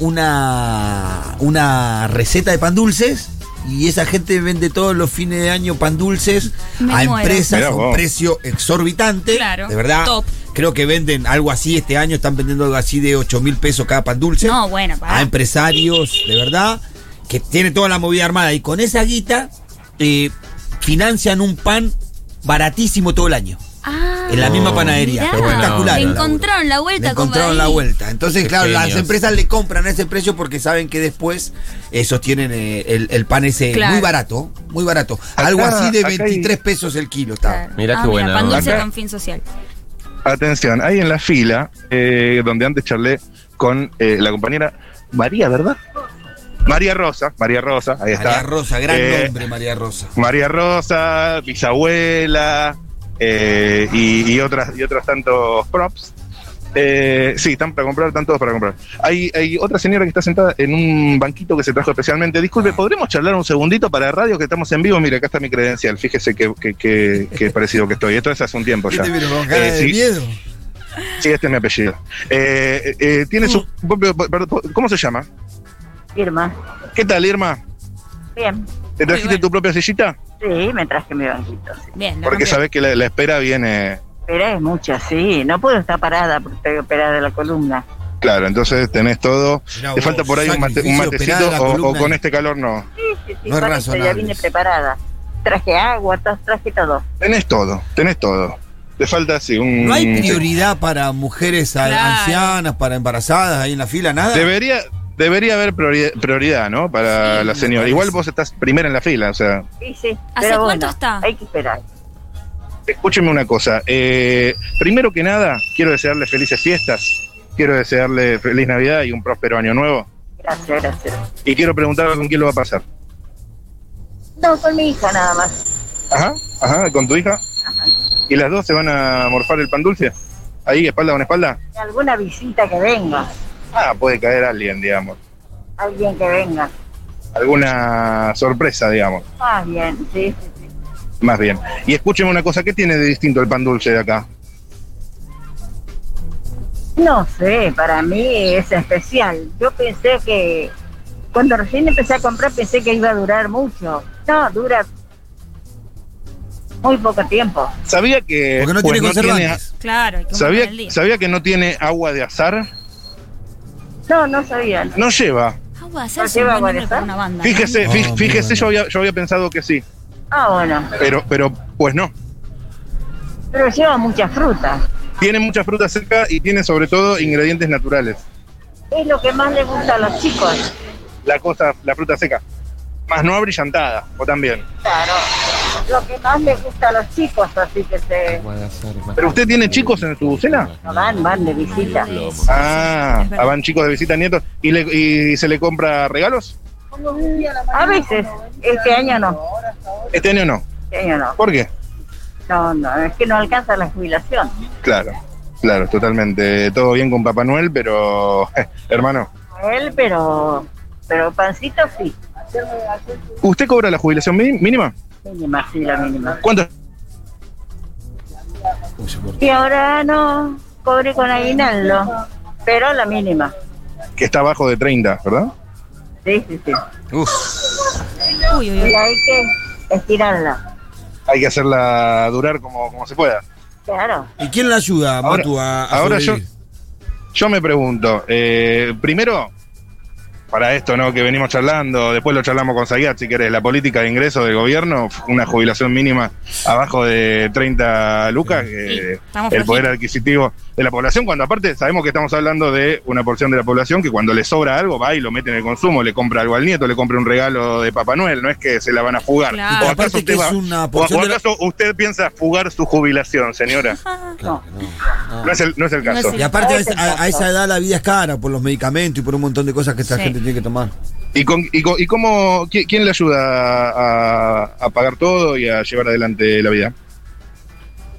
Speaker 1: una, una receta de pan dulces. Y esa gente vende todos los fines de año pan dulces
Speaker 3: Me
Speaker 1: a
Speaker 3: muero.
Speaker 1: empresas
Speaker 5: Mirá
Speaker 1: a un
Speaker 5: vos.
Speaker 1: precio exorbitante.
Speaker 3: Claro,
Speaker 1: De verdad.
Speaker 3: top.
Speaker 1: Creo que venden algo así este año, están vendiendo algo así de 8 mil pesos cada pan dulce.
Speaker 3: No, bueno, pará.
Speaker 1: A empresarios, de verdad, que tiene toda la movida armada. Y con esa guita eh, financian un pan baratísimo todo el año.
Speaker 3: Ah,
Speaker 1: en la misma panadería.
Speaker 3: Mirá,
Speaker 2: Qué bueno.
Speaker 1: Espectacular.
Speaker 3: le
Speaker 2: Le
Speaker 3: encontraron la vuelta.
Speaker 1: Le encontraron
Speaker 3: compadre.
Speaker 1: la vuelta. Entonces,
Speaker 2: Qué
Speaker 1: claro, las
Speaker 2: genios.
Speaker 1: empresas le compran a ese precio porque saben que después eh, sostienen eh, el, el pan ese
Speaker 3: Claro.
Speaker 1: muy barato, muy barato. Algo
Speaker 5: Acá-
Speaker 1: así de
Speaker 5: acá hay-
Speaker 1: 23 pesos el kilo estaba.
Speaker 3: Claro.
Speaker 2: Mirá
Speaker 3: Ah,
Speaker 2: qué buena
Speaker 3: Pan
Speaker 2: onda.
Speaker 3: dulce
Speaker 5: Acá-
Speaker 3: con fin social.
Speaker 5: Atención, ahí en la fila, eh, donde antes charlé con eh, la compañera María, ¿verdad? María Rosa, María Rosa, ahí está.
Speaker 1: María Rosa, gran
Speaker 5: Eh,
Speaker 1: nombre María Rosa.
Speaker 5: María Rosa, bisabuela eh, y, y otras y otros tantos props. Eh, sí, están para comprar, están todos para comprar. Hay, hay otra señora que está sentada en un banquito que se trajo especialmente. Disculpe,
Speaker 1: Ah.
Speaker 5: ¿podremos charlar un segundito para radio que estamos en vivo? Mire, acá está mi credencial. Fíjese que, que, que- que parecido que estoy. Esto es hace un tiempo ya.
Speaker 1: ¿Qué te vieron Este con cara
Speaker 5: Eh,
Speaker 1: de
Speaker 5: sí.
Speaker 1: miedo?
Speaker 5: Sí, este es mi apellido. Eh, eh, tiene su
Speaker 1: Mm.
Speaker 5: propio. perdón, ¿Cómo se llama?
Speaker 7: Irma,
Speaker 5: ¿Qué tal, Irma?
Speaker 7: bien.
Speaker 5: ¿Te trajiste
Speaker 3: bueno.
Speaker 5: tu propia sillita?
Speaker 7: Sí, me traje mi banquito. sí.
Speaker 3: Bien, la
Speaker 5: Porque
Speaker 3: rompió.
Speaker 5: sabes que la, la espera viene.
Speaker 7: Pero es mucha, sí. No puedo estar parada porque estoy operada de la columna.
Speaker 5: Claro, entonces tenés todo.
Speaker 1: Mirá
Speaker 5: Te
Speaker 1: vos,
Speaker 5: falta por ahí un, mate- un
Speaker 1: sacrificio,
Speaker 5: matecito
Speaker 1: operada la
Speaker 5: o- o,
Speaker 1: columna.
Speaker 5: con este calor no.
Speaker 7: Sí, sí, sí.
Speaker 1: No es
Speaker 7: por eso ya
Speaker 1: razonable.
Speaker 7: vine preparada. Traje agua, to- traje todo.
Speaker 5: Tenés todo, tenés todo. Te falta así un.
Speaker 1: ¿No hay prioridad para mujeres a-
Speaker 3: Claro.
Speaker 1: ancianas, para embarazadas ahí en la fila? ¿Nada?
Speaker 5: Debería, debería haber priori- prioridad, ¿no? Para
Speaker 1: Sí,
Speaker 5: la
Speaker 1: me
Speaker 5: señora.
Speaker 1: parece.
Speaker 5: Igual vos estás primera en la fila, o sea.
Speaker 7: Sí, sí.
Speaker 3: ¿Hace
Speaker 7: pero
Speaker 3: cuánto
Speaker 7: bueno,
Speaker 3: está?
Speaker 7: Hay que esperar.
Speaker 5: Escúcheme una cosa. eh, primero que nada, quiero desearle felices fiestas. Quiero desearle feliz Navidad y un próspero año nuevo.
Speaker 7: Gracias, gracias.
Speaker 5: Y quiero preguntarle con quién lo va a pasar.
Speaker 7: No, con mi hija nada más.
Speaker 5: Ajá, ajá, con tu hija. ¿Y las dos se van a morfar el pan dulce? Ahí, espalda con espalda.
Speaker 7: Alguna visita que venga.
Speaker 5: Ah, puede caer alguien, digamos.
Speaker 7: Alguien que venga.
Speaker 5: Alguna sorpresa, digamos.
Speaker 7: Más bien, sí, sí, sí.
Speaker 5: Más bien. Y escúcheme una cosa, ¿qué tiene de distinto el pan dulce de acá?
Speaker 7: No sé, para mí es especial. Yo pensé que cuando recién empecé a comprar pensé que iba a durar mucho. No, dura muy poco tiempo.
Speaker 5: Sabía que.
Speaker 1: Porque no
Speaker 5: pues,
Speaker 1: tiene
Speaker 5: tiene-
Speaker 1: conservantes.
Speaker 3: Claro, hay que comprar el
Speaker 5: sabía,
Speaker 3: día.
Speaker 5: sabía que no tiene agua de azar.
Speaker 7: No, no sabía. no.
Speaker 5: No lleva.
Speaker 3: Agua, hacerse
Speaker 7: lleva
Speaker 3: un buen número
Speaker 7: guarezar?
Speaker 3: con una banda.
Speaker 5: Fíjese,
Speaker 1: Ah,
Speaker 5: fí-
Speaker 1: muy
Speaker 5: fíjese,
Speaker 1: bueno.
Speaker 5: yo había, yo había pensado que sí.
Speaker 7: Ah, bueno.
Speaker 5: Pero, pero, pues no.
Speaker 7: Pero lleva muchas frutas.
Speaker 5: Tiene mucha fruta seca y tiene sobre todo ingredientes naturales.
Speaker 7: Es lo que más le gusta a los chicos.
Speaker 5: La cosa, la fruta seca. Más no abrillantada, o también.
Speaker 7: Claro. Lo que más le gusta a los chicos, así que se
Speaker 5: Pero usted tiene chicos en su cena.
Speaker 7: no van, van de visita.
Speaker 5: Ah,
Speaker 3: Es verdad.
Speaker 5: van chicos de visita nietos. ¿Y, le- y se le compra regalos?
Speaker 7: A veces, este año no.
Speaker 5: Este año no.
Speaker 7: Este año no.
Speaker 5: ¿Por qué?
Speaker 7: No, no, es que no alcanza la jubilación.
Speaker 5: Claro, claro, totalmente. Todo bien con Papá Noel, pero hermano,
Speaker 7: A Él, pero, pero pancito sí.
Speaker 5: ¿usted cobra la jubilación mi- mínima?
Speaker 7: Mínima, sí, la mínima.
Speaker 5: ¿Cuánto?
Speaker 1: Uy, se cortó.
Speaker 7: Y ahora no, cobre con aguinaldo, pero la mínima.
Speaker 5: Que está abajo de 30, ¿verdad?
Speaker 7: Sí, sí, sí.
Speaker 2: Uf,
Speaker 3: Uy, uy,
Speaker 7: Y
Speaker 3: uy.
Speaker 7: hay que estirarla.
Speaker 5: Hay que hacerla durar como, como se pueda.
Speaker 7: Claro.
Speaker 1: ¿Y quién la ayuda,
Speaker 5: Ahora-
Speaker 1: Matu, a, a
Speaker 5: ahora yo-
Speaker 1: sobrevivir?
Speaker 5: Yo me pregunto, eh, primero, para esto ¿no? que venimos charlando, después lo charlamos con Zayat, si querés, la política de ingreso del gobierno, una jubilación mínima abajo de 30 lucas, que
Speaker 3: estamos
Speaker 5: el poder
Speaker 3: flojitos.
Speaker 5: adquisitivo de la población, cuando aparte sabemos que estamos hablando de una porción de la población que cuando le sobra algo va y lo mete en el consumo, le compra algo al nieto, le compra un regalo de Papá Noel, no es que se la van a fugar.
Speaker 3: Claro.
Speaker 5: ¿O acaso,
Speaker 1: Aparte que
Speaker 5: usted, va-
Speaker 1: es una
Speaker 5: o-
Speaker 1: porción
Speaker 5: o
Speaker 1: de la-
Speaker 5: acaso usted piensa fugar su jubilación, señora?
Speaker 1: Claro que no.
Speaker 5: No es el, no es el
Speaker 3: No es
Speaker 5: caso.
Speaker 3: el-
Speaker 1: Y aparte a,
Speaker 7: Ese es
Speaker 1: a- a esa
Speaker 7: caso.
Speaker 1: edad la vida es cara por los medicamentos y por un montón de cosas que esta
Speaker 3: Sí.
Speaker 1: gente tiene que tomar.
Speaker 5: ¿Y, con- y con- y cómo, qui- quién le ayuda a, a pagar todo y a llevar adelante la vida?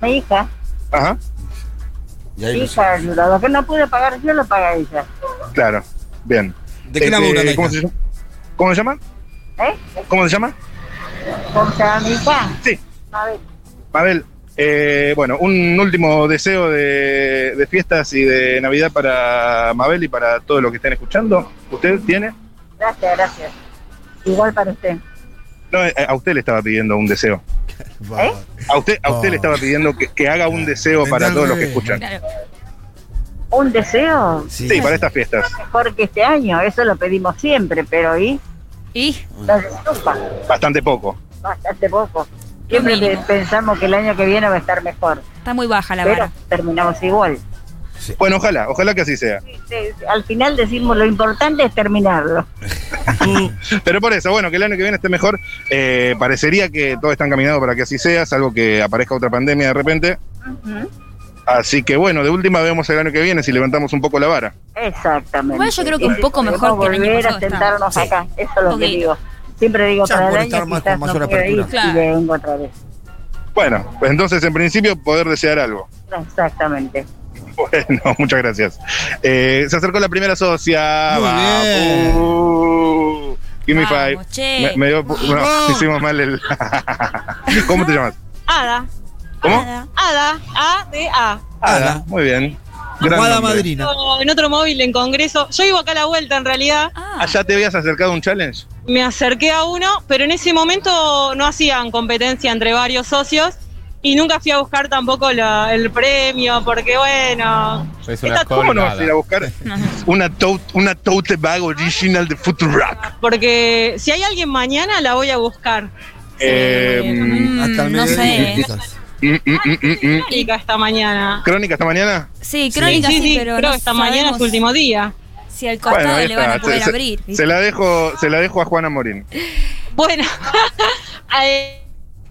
Speaker 7: Mi hija,
Speaker 5: Ajá,
Speaker 1: Y
Speaker 7: mi
Speaker 1: ahí no sé.
Speaker 7: hija ayuda. Lo que no pude pagar yo lo paga ella.
Speaker 5: claro, bien.
Speaker 1: ¿De qué
Speaker 5: Este,
Speaker 1: labura la
Speaker 5: ¿cómo
Speaker 1: hija?
Speaker 5: se llama? ¿Cómo se llama?
Speaker 7: ¿Eh?
Speaker 5: ¿Cómo se llama?
Speaker 7: ¿Cómo se llama mi hija?
Speaker 5: Sí.
Speaker 7: A ver,
Speaker 5: Mabel, eh, bueno, un último deseo de, de fiestas y de Navidad para Mabel y para todos los que estén escuchando. ¿Usted tiene?
Speaker 7: gracias, gracias. Igual para usted.
Speaker 5: No, eh, a usted le estaba pidiendo un deseo.
Speaker 8: Eh?
Speaker 1: Va.
Speaker 5: A usted, a usted
Speaker 1: No.
Speaker 5: le estaba pidiendo que, que haga un deseo
Speaker 1: Entendí
Speaker 5: para
Speaker 1: al
Speaker 5: todos los que
Speaker 1: revés.
Speaker 5: escuchan.
Speaker 3: Claro.
Speaker 7: Un deseo
Speaker 1: Sí,
Speaker 5: Sí, para estas fiestas.
Speaker 7: mejor que este año, eso lo pedimos siempre, pero ahí
Speaker 3: Y
Speaker 7: nos disculpa.
Speaker 5: Bastante poco.
Speaker 7: Bastante poco. Siempre
Speaker 3: mínimo.
Speaker 7: pensamos que el año que viene va a estar mejor,
Speaker 3: Está muy baja la
Speaker 7: pero
Speaker 3: vara.
Speaker 7: terminamos igual.
Speaker 5: Bueno, ojalá, ojalá que así sea.
Speaker 7: Al final decimos lo importante es terminarlo.
Speaker 1: Mm.
Speaker 5: Pero por eso, bueno, que el año que viene esté mejor. Eh, parecería que todo está encaminado para que así sea, salvo que aparezca otra pandemia de repente. Así que bueno, de última vemos el año que viene si levantamos un poco la vara.
Speaker 7: Exactamente.
Speaker 3: Igual yo creo que
Speaker 7: Y
Speaker 3: un
Speaker 7: si
Speaker 3: poco mejor
Speaker 7: podemos
Speaker 3: que el año
Speaker 7: volver
Speaker 3: pasado
Speaker 7: a sentarnos
Speaker 1: estamos.
Speaker 7: acá, eso es lo
Speaker 3: Ok.
Speaker 7: que digo. Siempre digo,
Speaker 1: Ya
Speaker 7: para el
Speaker 1: por
Speaker 7: año
Speaker 1: estar más-
Speaker 7: quizás
Speaker 1: con mayor
Speaker 7: no pueda ir,
Speaker 1: apertura.
Speaker 7: y vengo otra vez.
Speaker 5: Bueno, pues entonces en principio poder desear algo.
Speaker 7: Exactamente.
Speaker 5: Bueno, muchas gracias. Eh, se acercó la primera socia.
Speaker 1: Muy bien.
Speaker 5: Vamos. Give me
Speaker 3: Vamos,
Speaker 5: five.
Speaker 3: che.
Speaker 5: Me, me dio- no,
Speaker 1: Oh.
Speaker 5: hicimos mal el. ¿Cómo te llamas?
Speaker 10: Ada.
Speaker 5: ¿Cómo?
Speaker 3: Nada.
Speaker 10: Ada. A de A.
Speaker 5: Ada. Muy bien. Gran
Speaker 1: Amada
Speaker 5: nombre.
Speaker 1: madrina.
Speaker 10: En otro móvil, en congreso. Yo vivo acá a la vuelta, en realidad.
Speaker 3: Ah,
Speaker 5: ¿Allá te habías acercado a un challenge?
Speaker 10: Me acerqué a uno, pero en ese momento no hacían competencia entre varios socios. Y nunca fui a buscar tampoco la- el premio, porque bueno.
Speaker 2: Es
Speaker 5: Esta-
Speaker 2: una
Speaker 5: ¿Cómo no vas a ir
Speaker 2: colgada.
Speaker 5: a buscar una tote, una tote bag original de Futurock?
Speaker 10: Porque si hay alguien mañana, la voy a buscar.
Speaker 5: Eh,
Speaker 3: Mm,
Speaker 1: Hasta el
Speaker 3: no
Speaker 1: mediodía,
Speaker 3: sé.
Speaker 1: quizás.
Speaker 5: mm, mm, mm, mm, mm.
Speaker 10: Crónica esta mañana.
Speaker 5: ¿Crónica esta mañana?
Speaker 3: Sí, crónica sí, pero
Speaker 10: creo
Speaker 3: no
Speaker 10: que esta mañana es
Speaker 3: sabemos
Speaker 10: su último día.
Speaker 3: si al costado
Speaker 5: ahí
Speaker 3: le van a
Speaker 5: está.
Speaker 3: poder
Speaker 5: Se- se-
Speaker 3: abrir. ¿viste?
Speaker 5: Se la dejo, se la dejo a Juana Morín.
Speaker 10: Bueno, eh,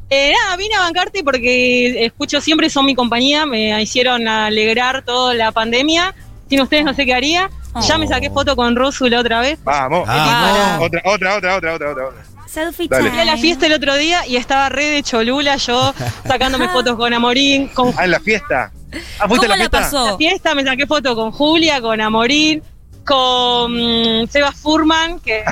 Speaker 10: eh, nada, vine a bancarte porque escucho siempre, son mi compañía, me hicieron alegrar toda la pandemia. Sin ustedes no sé qué haría. Ya me saqué foto con Rosu la otra vez.
Speaker 5: Vamos.
Speaker 1: Ah,
Speaker 5: Otra, otra, otra, otra, otra, otra.
Speaker 3: Selfie
Speaker 5: Dale.
Speaker 10: Fui a la
Speaker 3: time.
Speaker 10: fiesta el otro día y estaba re de cholula yo sacándome fotos con Amorín, con
Speaker 5: Ah, en la fiesta. Ah,
Speaker 3: ¿Cómo
Speaker 5: ¿fuiste a
Speaker 3: la,
Speaker 5: la fiesta?
Speaker 10: la
Speaker 3: pasó?
Speaker 10: fiesta, me saqué foto con Julia, con Amorín, con mm, Seba Furman, que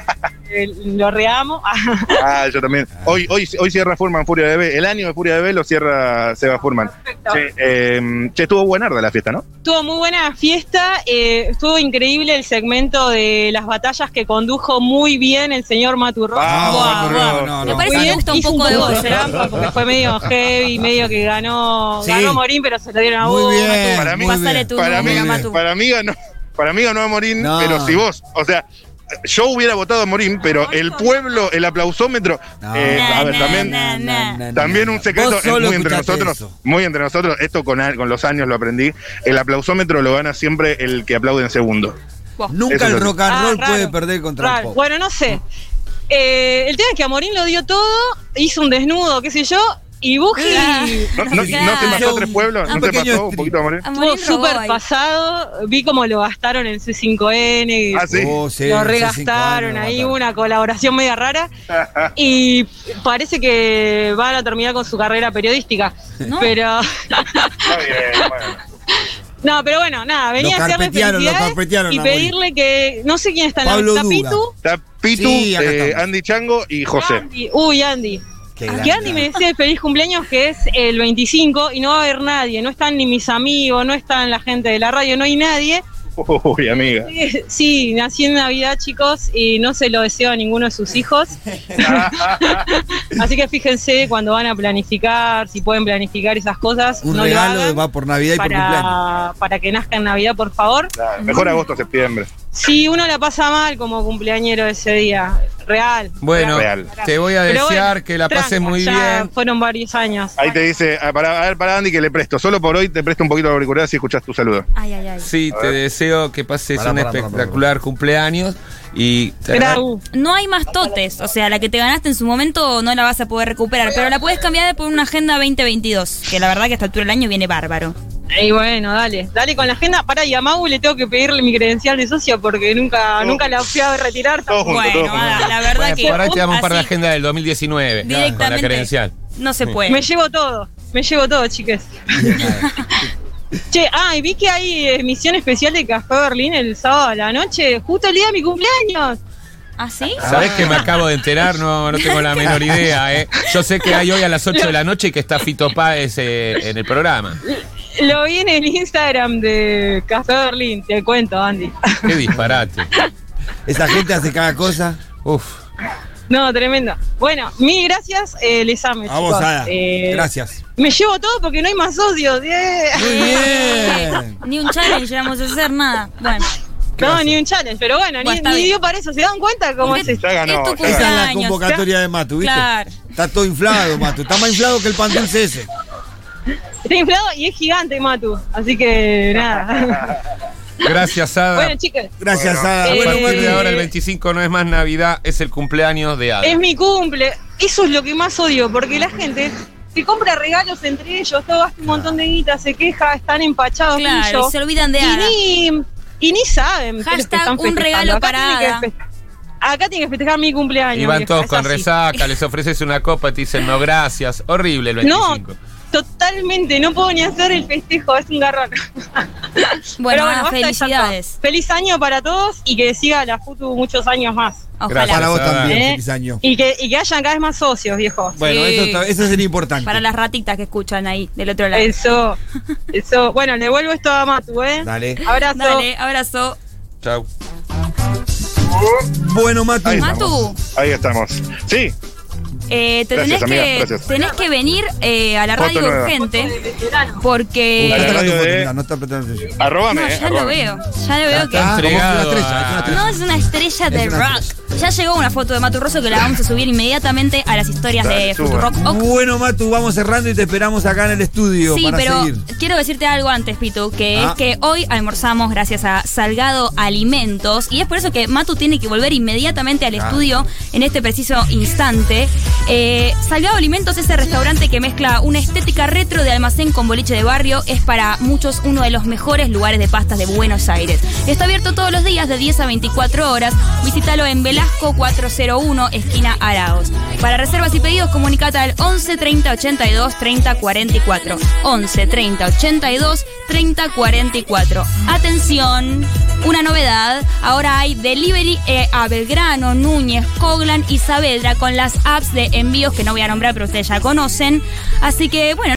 Speaker 10: eh, lo reamo.
Speaker 5: Ah, yo también. Hoy, hoy, hoy cierra Furman Furia de B. El año de Furia de B lo cierra Seba Furman. Che, eh, che, estuvo buenarda la fiesta, ¿no?
Speaker 10: Estuvo muy buena fiesta, eh, estuvo increíble el segmento de las batallas que condujo muy bien el señor Maturro. Ah,
Speaker 5: Vamos, Maturro.
Speaker 1: no,
Speaker 3: Me
Speaker 1: no.
Speaker 3: parece
Speaker 10: Muy
Speaker 3: que me
Speaker 10: bien,
Speaker 3: gusta un
Speaker 10: hizo
Speaker 3: poco de
Speaker 10: de
Speaker 3: vos. ¿eh?
Speaker 10: trampa porque fue medio heavy, medio que ganó,
Speaker 1: Sí.
Speaker 10: ganó Morín, pero se lo dieron a vos.
Speaker 1: Muy bien.
Speaker 5: Para mí-
Speaker 1: muy
Speaker 3: Pásale
Speaker 1: bien.
Speaker 3: tu
Speaker 5: para mí, eh,
Speaker 3: número, Matu.
Speaker 5: para mí ganó, para mí ganó a Morín,
Speaker 1: No.
Speaker 5: pero si vos, o sea, yo hubiera votado a Morín, pero el pueblo, el aplausómetro,
Speaker 1: No.
Speaker 5: eh, a
Speaker 3: Na,
Speaker 5: ver,
Speaker 3: na,
Speaker 5: también,
Speaker 3: na,
Speaker 1: na,
Speaker 3: na.
Speaker 1: na,
Speaker 5: también
Speaker 1: na.
Speaker 5: un secreto
Speaker 1: Vos
Speaker 5: es
Speaker 1: solo
Speaker 5: muy entre
Speaker 1: escuchaste
Speaker 5: nosotros,
Speaker 1: eso.
Speaker 5: muy entre nosotros, esto con, a- con los años lo aprendí, el aplausómetro lo gana siempre el que aplaude en segundo. Eso
Speaker 1: Nunca el
Speaker 5: es lo
Speaker 1: rock and
Speaker 10: Ah,
Speaker 1: roll
Speaker 10: raro,
Speaker 1: puede perder contra el
Speaker 10: raro.
Speaker 1: pop.
Speaker 10: Bueno, no sé. Eh, el tema es que a Morín lo dio todo, hizo un desnudo, qué sé yo, y Buji
Speaker 5: ¿No, no, no te pasó
Speaker 1: Claro.
Speaker 5: tres pueblos?
Speaker 1: Un
Speaker 5: ¿No te
Speaker 1: pequeño
Speaker 5: pasó un
Speaker 1: strip.
Speaker 5: poquito ¿eh? a Morín?
Speaker 10: estuvo
Speaker 3: Amorín robó
Speaker 10: súper
Speaker 3: ahí.
Speaker 10: pasado. Vi cómo lo gastaron en C5N.
Speaker 5: Ah, sí.
Speaker 1: Oh, sí,
Speaker 10: lo
Speaker 1: hace cinco
Speaker 10: regastaron
Speaker 1: años,
Speaker 10: ahí
Speaker 1: mataron.
Speaker 10: una colaboración media rara y parece que van a terminar con su carrera periodística
Speaker 3: No.
Speaker 10: pero
Speaker 5: Está bien, bueno.
Speaker 10: no pero bueno nada venía
Speaker 1: Lo
Speaker 10: a hacerle
Speaker 1: carpetearon, lo
Speaker 10: felicidades
Speaker 1: carpetearon
Speaker 10: y
Speaker 1: a morir.
Speaker 10: pedirle que no sé quién está en
Speaker 1: Pablo
Speaker 10: la mesa,
Speaker 1: Duda.
Speaker 10: Pitu
Speaker 5: Está Pitu,
Speaker 1: Sí, acá
Speaker 5: eh,
Speaker 1: estamos.
Speaker 5: Andy Chango y José.
Speaker 10: Andy. uy Andy
Speaker 1: Qué
Speaker 10: que
Speaker 1: grande.
Speaker 10: Ah, Andy me decía el feliz cumpleaños que es el 25 y no va a haber nadie no están ni mis amigos no están la gente de la radio no hay nadie
Speaker 5: Uy, amiga.
Speaker 10: Sí, nací en Navidad, chicos, y no se lo deseo a ninguno de sus hijos. Así que fíjense cuando van a planificar, si pueden planificar esas cosas.
Speaker 1: Un
Speaker 10: no lo
Speaker 1: regalo
Speaker 10: hagan
Speaker 1: de va por Navidad y por cumpleaños.
Speaker 10: para, para que nazca en Navidad, por favor.
Speaker 5: Claro, Mejor agosto, septiembre.
Speaker 10: Si uno la pasa mal como cumpleañero ese día, real.
Speaker 2: Bueno,
Speaker 5: Real.
Speaker 2: te voy a
Speaker 10: Pero
Speaker 2: desear
Speaker 10: bueno,
Speaker 2: que la pases
Speaker 10: tranca,
Speaker 2: muy
Speaker 10: ya
Speaker 2: bien.
Speaker 10: Fueron varios años.
Speaker 5: Ahí te dice, ah, para, a ver, para Andy que le presto. Solo por hoy te presto un poquito de auricular si escuchás tu saludo.
Speaker 3: Ay, ay, ay.
Speaker 2: Sí, te deseo que pases
Speaker 1: Pará,
Speaker 2: un
Speaker 1: pará, pará,
Speaker 2: espectacular cumpleaños y te-
Speaker 10: Era, uh,
Speaker 3: No hay más totes, o sea, la que te ganaste en su momento no la vas a poder recuperar, pero la puedes cambiar por una agenda 2022, que la verdad que a esta altura del año viene bárbaro.
Speaker 10: y bueno, dale, dale con la agenda. Para y a Mau le tengo que pedirle mi credencial de socio porque nunca,
Speaker 5: Todos
Speaker 10: nunca la fui a retirar.
Speaker 5: Todos juntos,
Speaker 3: Bueno,
Speaker 5: todos juntos.
Speaker 3: Ada, la verdad
Speaker 2: Bueno,
Speaker 3: que
Speaker 2: por ahí te damos para la
Speaker 3: así,
Speaker 2: agenda del 2019 con la
Speaker 3: directamente
Speaker 2: credencial.
Speaker 3: no se puede.
Speaker 10: Me llevo todo, me llevo todo, chiques. che, ah, y vi que hay emisión especial de Café Berlín el sábado a la noche, justo el día de mi cumpleaños.
Speaker 3: ¿Ah, sí?
Speaker 2: ¿Sabés que me acabo de enterar? No, no tengo la menor idea, ¿eh? Yo sé que hay hoy a las 8 de la noche y que está Fito Páez eh, en el programa.
Speaker 10: Lo vi en el Instagram de Café Berlín, te cuento, Andy.
Speaker 2: Qué disparate.
Speaker 1: Esa gente hace cada cosa.
Speaker 2: Uf.
Speaker 10: no, tremendo. Bueno, mil gracias, eh, les amo,
Speaker 1: A vos,
Speaker 10: chicos.
Speaker 1: Ada.
Speaker 10: Eh,
Speaker 1: Gracias.
Speaker 10: Me llevo todo porque no hay más socios. eh.
Speaker 1: Muy bien.
Speaker 3: Ni un challenge llegamos a hacer nada. Bueno,
Speaker 1: ¿Qué va a
Speaker 10: No,
Speaker 1: hacer?
Speaker 10: ni un challenge, pero bueno,
Speaker 3: Bueno,
Speaker 10: ni,
Speaker 3: está
Speaker 10: ni
Speaker 3: bien.
Speaker 10: dio para eso. ¿Se dan cuenta cómo es esto?
Speaker 5: Ya ganó,
Speaker 3: es tu
Speaker 5: ya
Speaker 1: Esa es la
Speaker 3: cumpleaños.
Speaker 1: convocatoria de Matu, ¿viste?
Speaker 3: Claro.
Speaker 1: Está todo inflado, Matu. Está más inflado que el pan dulce ese.
Speaker 10: Está inflado y es gigante, Matu. Así que nada.
Speaker 2: Gracias, Ada.
Speaker 10: bueno, chicas.
Speaker 1: Gracias,
Speaker 2: Bueno,
Speaker 1: Ada.
Speaker 2: A
Speaker 10: Eh,
Speaker 2: partir de ahora, el 25 no es más Navidad, es el cumpleaños de Ada.
Speaker 10: Es mi cumple. Eso es lo que más odio, porque la gente se compra regalos entre ellos, todo gasta un montón de guita, se queja, están empachados.
Speaker 3: Claro,
Speaker 10: qué sé yo.
Speaker 3: se olvidan de
Speaker 10: y
Speaker 3: Ada.
Speaker 10: Ni, y ni saben. que los que
Speaker 3: Hashtag
Speaker 10: están
Speaker 3: un
Speaker 10: festejando.
Speaker 3: regalo para
Speaker 10: tienen que
Speaker 3: Ada.
Speaker 10: feste- Acá tienen que festejar mi cumpleaños.
Speaker 2: Y van
Speaker 10: vieja,
Speaker 2: todos
Speaker 10: es
Speaker 2: con
Speaker 10: así.
Speaker 2: resaca, les ofreces una copa, te dicen no gracias. Horrible el
Speaker 10: No,
Speaker 2: 25.
Speaker 10: totalmente, no puedo ni hacer el festejo, es un garrón.
Speaker 3: Bueno,
Speaker 10: basta de tanto.
Speaker 3: felicidades.
Speaker 10: Feliz año para todos y que siga la FUTU muchos años más.
Speaker 3: Ojalá.
Speaker 1: Para vos
Speaker 2: Ada.
Speaker 1: también,
Speaker 10: Eh.
Speaker 1: feliz año.
Speaker 10: Y que, y que hayan cada vez más socios, viejo.
Speaker 1: Bueno,
Speaker 3: Sí.
Speaker 1: eso, está- eso sería importante.
Speaker 3: Para las ratitas que escuchan ahí del otro lado.
Speaker 10: Eso, eso. Bueno, le vuelvo esto a Matu, ¿eh?
Speaker 1: Dale.
Speaker 10: Abrazo.
Speaker 3: Dale, abrazo.
Speaker 2: Chau.
Speaker 1: Bueno, Matu.
Speaker 5: Ahí
Speaker 3: Matu.
Speaker 5: estamos. Ahí estamos. Sí,
Speaker 3: Eh, te
Speaker 5: Gracias,
Speaker 3: tenés,
Speaker 5: amiga,
Speaker 3: que,
Speaker 5: gracias.
Speaker 3: tenés que venir eh, a la
Speaker 5: Foto
Speaker 3: radio
Speaker 5: nueva.
Speaker 3: urgente
Speaker 1: Uy,
Speaker 3: porque...
Speaker 1: está
Speaker 5: Dale.
Speaker 1: atrás tu
Speaker 5: radio
Speaker 1: foto,
Speaker 5: de-
Speaker 1: mirá, no está apretando atención.
Speaker 5: arrobame.
Speaker 3: eh, No,
Speaker 5: eh,
Speaker 3: ya lo
Speaker 5: arrobame.
Speaker 3: veo, ya lo veo que...
Speaker 1: Ah, como una estrella,
Speaker 2: Entregado a-
Speaker 1: es una estrella.
Speaker 3: No, es una estrella de
Speaker 1: Es una
Speaker 3: rock. Ya llegó una foto de Matu Rosso que la vamos a subir inmediatamente a las historias de
Speaker 5: Dale, suba.
Speaker 3: Futurock. Oc.
Speaker 1: Bueno, Matu, vamos cerrando y te esperamos acá en el estudio
Speaker 3: Sí,
Speaker 1: para
Speaker 3: pero
Speaker 1: seguir.
Speaker 3: quiero decirte algo antes, Pitu, que
Speaker 1: Ah.
Speaker 3: es que hoy almorzamos gracias a Salgado Alimentos y es por eso que Matu tiene que volver inmediatamente al
Speaker 1: Ah.
Speaker 3: estudio en este preciso instante. Eh, Salgado Alimentos es el restaurante que mezcla una estética retro de almacén con boliche de barrio. Es para muchos uno de los mejores lugares de pastas de Buenos Aires. Está abierto todos los días de 10 a 24 horas. Visítalo en Velasco 401, esquina Araos. Para reservas y pedidos, comunicate al 11 30 82 30 44. 11 30 82 30 44. Atención, una novedad. Ahora hay delivery eh, a Belgrano, Núñez, Coglan y Saavedra con las apps de envíos que no voy a nombrar, pero ustedes ya conocen. Así que, bueno.